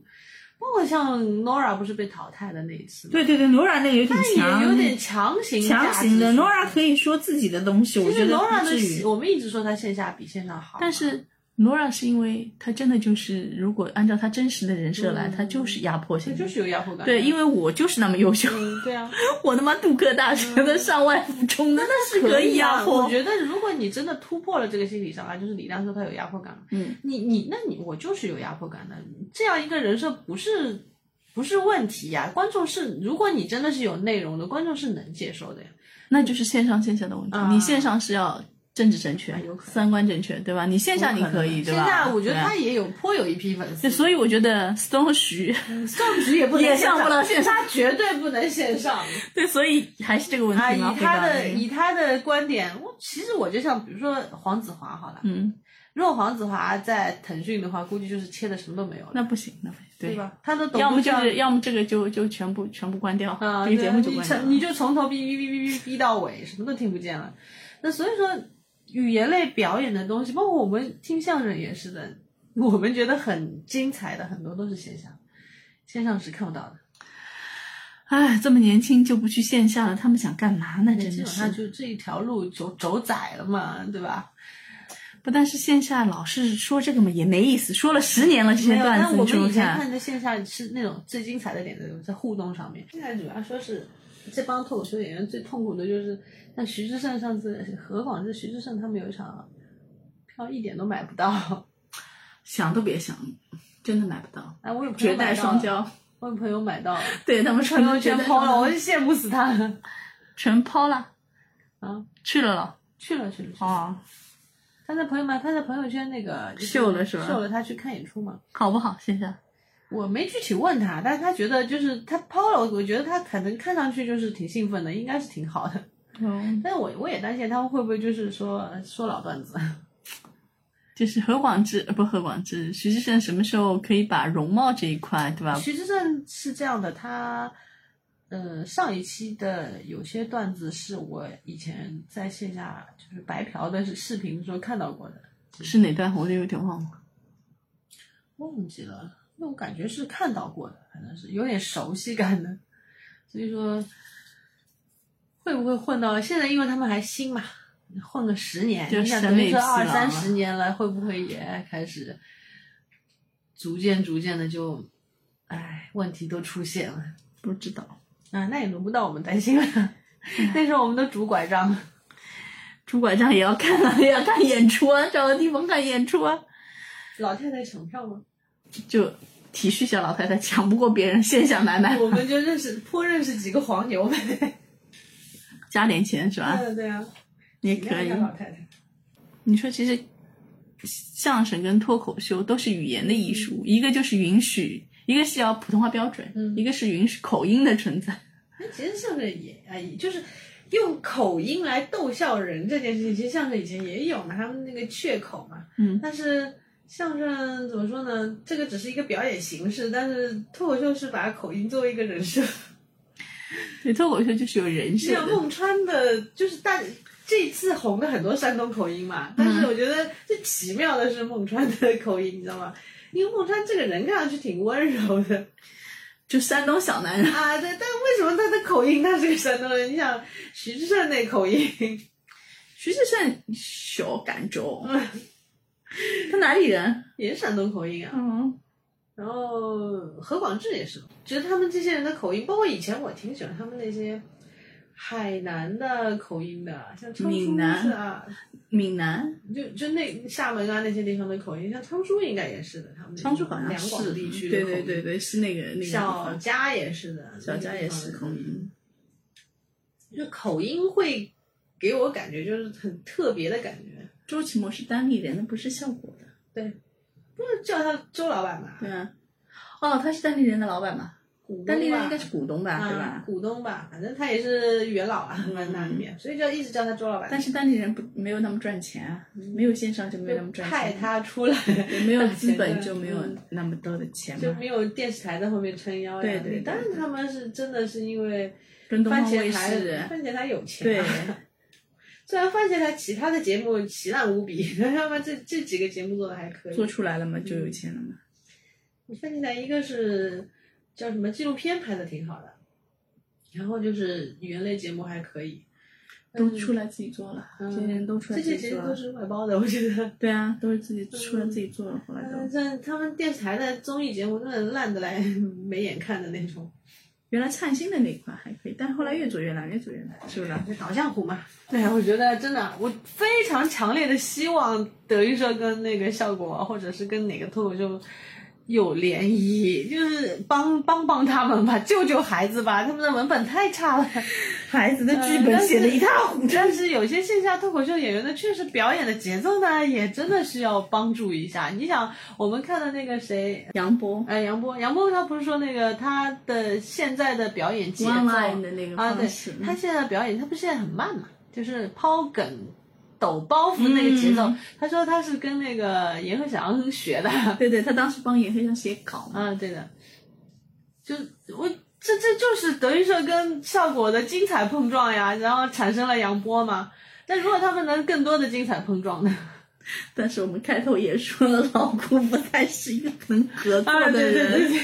S3: 包括像 Nora 不是被淘汰的那一次吗，
S5: 对对对，罗然那个有点
S3: 但
S5: 强，
S3: 也有点强行
S5: 强行的。
S3: n o
S5: Nora 可以说自己的东西，我
S3: 其
S5: 觉
S3: 实
S5: 得
S3: Nora
S5: 不至于
S3: 的，。我们一直说她线下比线上好嘛，
S1: 但是 Nora 是因为她真的就是，如果按照她真实的人设来，
S3: 嗯
S1: 她就是压迫
S3: 这
S1: 性的，
S3: 就是有压迫感。
S1: 对，因为我就是那么优秀，
S3: 嗯，对啊，
S1: 我他妈杜克大学的上外附中的，那是可以啊压迫。
S3: 啊我觉得如果你真的突破了这个心理障碍，就是李亮说他有压迫感，
S1: 嗯，
S3: 你你那你我就是有压迫感的，这样一个人设不是不是问题呀、观众是如果你真的是有内容的，观众是能接受的呀。
S1: 那就是线上线下的问题。
S3: 啊
S1: 你线上是要
S2: 政治正确
S3: 啊有、可能
S2: 三观正确，对吧？你线下你可以，对
S3: 现
S2: 吧？
S3: 在我觉得
S2: 对啊
S3: 他也有颇有一批粉丝
S2: 对，，所以我觉得 Stone 和徐，
S3: 宋菊 也不能
S2: 也上不了线
S3: 线上，他绝对不能线上。
S2: 对，所以还是这个问
S3: 啊，
S2: 题
S3: 以
S2: 嘛，回
S3: 他
S2: 答
S3: 的
S2: 你
S3: 以他的观点，我其实我就像比如说黄子华好了，
S2: 嗯，
S3: 如果黄子华在腾讯的话，估计就是切的什么都没有了，
S2: 那不行，那不行，
S3: 对
S2: 对？
S3: 吧？他都懂
S2: 嗯要么就
S3: 像
S2: 是，要么这个就就全部全部关掉，
S3: 啊，
S2: 这个
S3: 对
S2: 节
S3: 啊
S2: 目就
S3: 你
S2: 关掉
S3: 从
S2: 了。
S3: 你就从头哔哔哔哔哔哔到尾，什么都听不见了。那所以说，语言类表演的东西，包括我们听相声也是的，我们觉得很精彩的很多都是线下，线上是看不到的。
S2: 哎，这么年轻就不去线下了，他们想干嘛呢？真
S3: 基
S2: 的
S3: 本上
S2: 是，
S3: 就这一条路走走窄了嘛，对吧？
S2: 不但是线下老是说这个嘛，也没意思，说了十年了这些
S3: 没有，
S2: 段
S3: 但
S2: 子，
S3: 我
S2: 你
S3: 们
S2: 注
S3: 以
S2: 意
S3: 前
S2: 看，
S3: 看的线下是那种最精彩的点在在互动上面。现在主要说是这帮脱口秀演员最痛苦的就是，像徐志胜上次何广智、徐志胜他们有一场票一点都买不到，
S2: 想都别想，真的买不到，
S3: 哎，我有朋
S2: 绝
S3: 友买
S2: 代
S3: 到
S2: 双
S3: 了，
S2: 骄，
S3: 我有朋友买到了，
S2: 对 他们
S3: 朋友
S2: 全
S3: 圈
S2: 全
S3: 抛
S2: 抛
S3: 了，
S2: 了，
S3: 我就羡慕死他了。
S2: 嗯全抛了，
S3: 啊，
S2: 去了了，
S3: 去了去了去了，
S2: 哦，
S3: 他在朋友们他在朋友圈那个就是
S2: 秀了是吧
S3: 秀了他去看演出嘛。
S2: 好不好？线下
S3: 我没具体问他，但是他觉得就是他抛了，我觉得他可能看上去就是挺兴奋的，应该是挺好的。
S2: 嗯，
S3: 但是我我也担心他会不会就是说呃说老段子，
S2: 就是何广智，呃不何广智，徐志胜什么时候可以把容貌这一块，
S1: 啊
S2: 对吧？
S3: 徐志胜是这样的，他呃上一期的有些段子是我以前在线下就是白嫖的视频的时候看到过的，
S2: 是哪段我都有点忘了。
S3: 忘记了，因为我感觉是看到过的，反正是有点熟悉感的， 所以说会不会混到现在？因为他们还新嘛，混个十年，
S2: 就
S3: 你想
S2: 审
S3: 等于
S2: 美
S3: 说
S2: 疲劳
S3: 二三
S2: 了
S3: 十年了，会不会也开始逐渐逐渐的就，哎，问题都出现了
S2: 不知道，
S3: 啊？那也轮不到我们担 心了，那时候我们都拄拐杖，
S2: 拄拐杖也要看啊， 也要看演出啊，找个地方看演出啊。
S3: 老太太抢票吗？
S2: 就体恤一下老太太，抢不过别人，线下买买，
S3: 我们就认识颇认识几个黄牛呗，
S2: 加点钱是吧？
S3: 对啊对啊，
S2: 也
S3: 体谅
S2: 可
S3: 一
S2: 以
S3: 下。老太太。
S2: 你说其实相声跟脱口秀都是语言的艺术，一个就是允许，一个是要普通话标准，
S3: 嗯
S2: 一个是允许口音的存在。
S3: 其实相声也啊，也就是用口音来逗笑人这件事情，其实相声以前也有嘛，他们那个缺口嘛。
S2: 嗯，
S3: 但是相声怎么说呢？这个只是一个表演形式，但是脱口秀是把口音作为一个人设。
S2: 对，脱口秀就是有人
S3: 就
S2: 设
S3: 像
S2: 的，
S3: 孟川的，就是大这次红的很多山东口音嘛，但是我觉得最奇妙的是孟川的口音，你知道吗？因为孟川这个人看上去挺温柔的，
S2: 就山东小男人。
S3: 啊，对，但为什么他的口音他是个山东人？你想徐志胜那口音，
S2: 徐志胜小感觉，他哪里人？
S3: 也是山东口音啊。
S2: 嗯，
S3: 然后何广智也是，觉得他们这些人的口音，包括以前我挺喜欢他们那些海南的口音的，像昌
S2: 闽
S3: 叔
S2: 南
S3: 是啊，
S2: 闽南，
S3: 就就那厦门啊那些地方的口音，像昌叔应该也是的，他们那
S2: 昌叔好像
S3: 两广
S2: 是，
S3: 地区的
S2: 对
S3: 口
S2: 对
S3: 音，
S2: 对对，是那个那个地
S3: 小
S2: 方
S3: 佳也是的，嗯
S2: 小佳也是口
S3: 音。
S2: 音。
S3: 就口音会给我感觉就是很特别的感觉。
S2: 周奇墨是单立人的，不是效果的。
S3: 不是叫他周老板吧？
S2: 对啊，哦，他是单立人的老板嘛？
S3: 股
S2: 单
S3: 东
S2: 立人
S3: 吧
S2: 应该是股东吧，对吧嗯
S3: 啊，？股东吧，反正他也是元老啊，那那里面，所以就一直叫他周老板。
S2: 但是单立人不没有那么赚钱啊，
S3: 嗯
S2: 没有线上就没有那么
S3: 就
S2: 赚
S3: 派
S2: 钱，
S3: 他出来，
S2: 也没有资本就没有
S3: 嗯
S2: 那么多的钱
S3: 就
S2: 嘛。
S3: 没有电视台在后面撑腰呀。
S2: 对对对
S3: 当然他们是真的是因为
S2: 跟东
S3: 番
S2: 方
S3: 茄
S2: 卫
S3: 台，
S2: 视，
S3: 番茄台有钱
S2: 对
S3: 啊。，虽然番茄台其他的节目奇烂无比， 但他们这这几个节目做的还可以。
S2: 做出来了
S3: 嗯
S2: 嘛就有钱了嘛。
S3: 番茄台一个是叫什么纪录片拍的挺好的，然后就是语言类节目还可以。
S2: 都出来自己做了，
S3: 嗯
S2: 这些人都出来
S3: 这
S2: 自
S3: 些
S2: 己
S3: 其
S2: 做
S3: 实都
S2: 了。
S3: 是外包的，我觉得。
S2: 对啊，都是自己出来自己做了，后来
S3: 嗯，
S2: 都。
S3: 像他们电视台的综艺节目，真的烂得来 没眼看的那种。
S2: 原来灿星的那一块还可以，但是后来越做越烂，越做越烂，是不是？啊
S3: 导向虎嘛，对，啊我觉得真的，我非常强烈的希望德云社跟那个效果，或者是跟哪个脱口秀有联呃谊，就是帮帮帮他们吧，救救孩子吧，他们的文本太差了。
S1: 孩子的
S2: 呃
S1: 剧本
S3: 但是
S1: 写的一塌糊涂。
S3: 但是有些线下脱口秀演员呢，确实表演的节奏呢，也真的是要帮助一下。你想，我们看的那个谁，
S2: 杨波
S3: 呃，杨波，杨波他不是说那个他的现在的表演节奏
S2: One Line 的那个
S3: 啊，
S2: 方
S3: 对
S2: 式，，嗯
S3: 他现在的表演，他不是现在很慢嘛，就是抛梗。抖包袱那个节奏，
S2: 嗯
S3: 他说他是跟那个阎鹤祥学的，
S2: 对对，他当时帮严鹤翔写稿嘛，
S3: 啊，对的，就我这这就是德云社跟效果的精彩碰撞呀，然后产生了杨波嘛。但如果他们能更多的精彩碰撞呢？
S2: 但是我们开头也说了，老顾不太是一个能合作的
S3: 啊对
S2: 人，
S3: 对对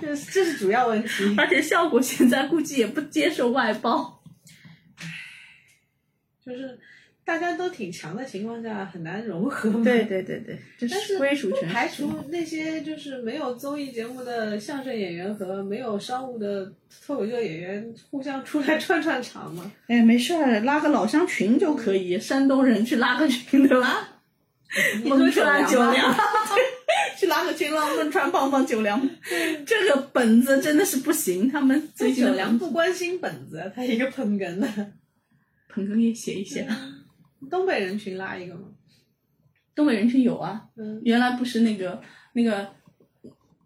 S3: 对， 这是这是主要问题。
S2: 而且效果现在估计也不接受外包。
S3: 就是大家都挺强的情况下，很难融合。
S2: 对。对对对，这
S3: 但是
S2: 归属
S3: 不
S2: 权
S3: 排除那些就是没有综艺节目的相声演员和没有商务的脱口秀演员互相出来串串场嘛。
S2: 哎，没事儿，拉个老乡群就可以，山东人去拉个群，对吧？
S3: 说
S2: 蒙川
S3: 酒
S2: 酒
S3: 粮
S2: 粮，对去拉个群，让汶川棒棒酒粮。这个本子真的是不行，他们最
S3: 这
S2: 近的
S3: 酒粮不关心本子，他一个捧哏的。
S2: 捧哏也写一写吧。
S3: 东北人群拉一个嘛，
S2: 东北人群有啊，
S3: 嗯，
S2: 原来不是那个那个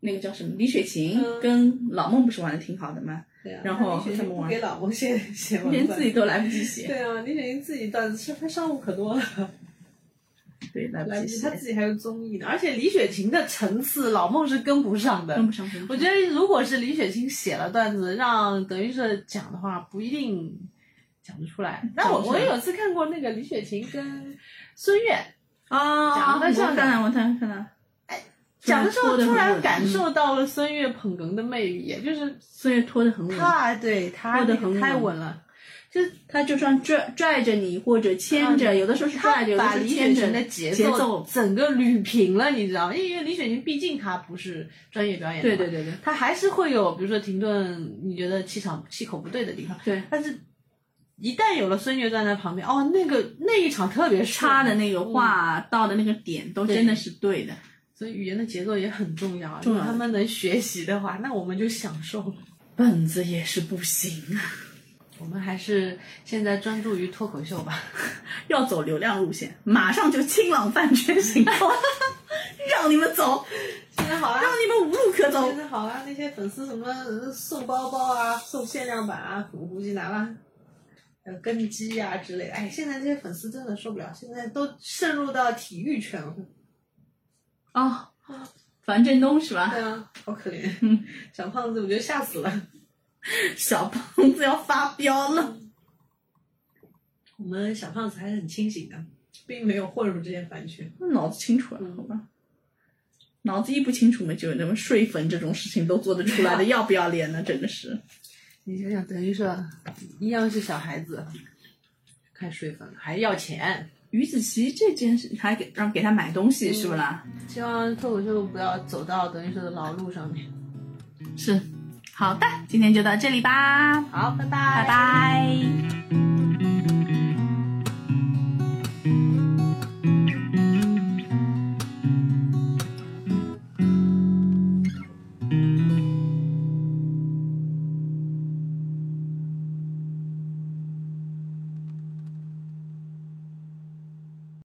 S2: 那个叫什么李雪琴
S3: 嗯
S2: 跟老孟不是玩的挺好的吗？
S3: 对啊。
S2: 然后
S3: 李
S2: 他
S3: 雪琴
S2: 们
S3: 不
S2: 玩
S3: 给老公写写文
S2: 连
S3: 本
S2: 自己都来不及写，
S3: 对啊，李雪琴自己段子，他商务可多了，
S2: 对，来不
S3: 来不
S2: 及
S3: 及，他
S2: 写，
S3: 自己还有综艺呢。而且李雪琴的层次，老孟是跟不上的
S2: 跟。不上跟不
S3: 我
S2: 上。
S3: 觉得如果是李雪琴写了段子，让德云社讲的话，不一定讲得出来。但我
S2: 讲不出
S3: 我
S2: 来
S3: 有一次看过那个李雪琴跟孙悦，
S2: 啊，
S3: 讲得
S2: 我
S3: 像
S2: 看了我看了
S3: 哦
S2: 看了，
S3: 讲的时候
S2: 拖得
S3: 突
S2: 很
S3: 然
S2: 稳
S3: 感
S2: 嗯
S3: 受到了孙悦捧哏的魅力，也就是
S2: 所以拖得很稳。
S3: 他对
S2: 拖
S3: 他
S2: 嗯得
S3: 那个
S2: 很
S3: 太
S2: 稳
S3: 稳了。
S2: 他就算拽拽着你或者牵着，有的时候是
S3: 他
S2: 拽着，有的
S3: 把
S2: 时候
S3: 李
S2: 啊是
S3: 雪
S2: 牵
S3: 琴
S2: 着
S3: 的节
S2: 节
S3: 奏整个捋平了，你知道吗？因为李雪琴毕竟她不是专业表演的，
S2: 对对，对对
S3: 她还是会有，比如说停顿，你觉得气场气口不对的地方，
S2: 对，
S3: 但是一旦有了孙悦站在旁边，哦，那个那一场特别顺
S2: 插的，那
S3: 嗯
S2: 个话到的那个点都真的是对的。
S3: 所以语言的节奏也很重要。
S2: 重要
S3: 如果他们能学习的话，那我们就享受了。
S2: 本子也是不行，
S3: 我们还是现在专注于脱口秀吧。
S2: 要走流量路线，马上就清朗饭圈行动， 让你们走，
S3: 现在好啦
S2: 让你们无路可走
S3: 现。在好啦，那些粉丝什么呃送包包啊、送限量版啊，我估计拿了。呃，跟机啊之类的，哎，现在这些粉丝真的受不了，现在都渗入到体育圈了。
S2: 啊，樊振东是吧？
S3: 对啊，好可怜。
S2: 嗯，
S3: 小胖子，我觉得吓死了。
S2: 小胖子要发飙了，
S3: 我们小胖子还是很清醒的，并没有混入这些饭圈。
S2: 脑子清楚
S3: 嗯
S2: 了，好吧？脑子一不清楚嘛，就那么睡粉这种事情都做得出来 的，要不要脸呢？真的是。
S3: 你想想，德云社一样是小孩子，看水粉还要钱。
S2: 于子淇这件事还给让给他买东西，是不啦？
S3: 希望脱口秀不要走到德云社的老路上面。
S2: 嗯是，好的，今天就到这里吧，
S3: 好，拜拜，
S2: 拜拜。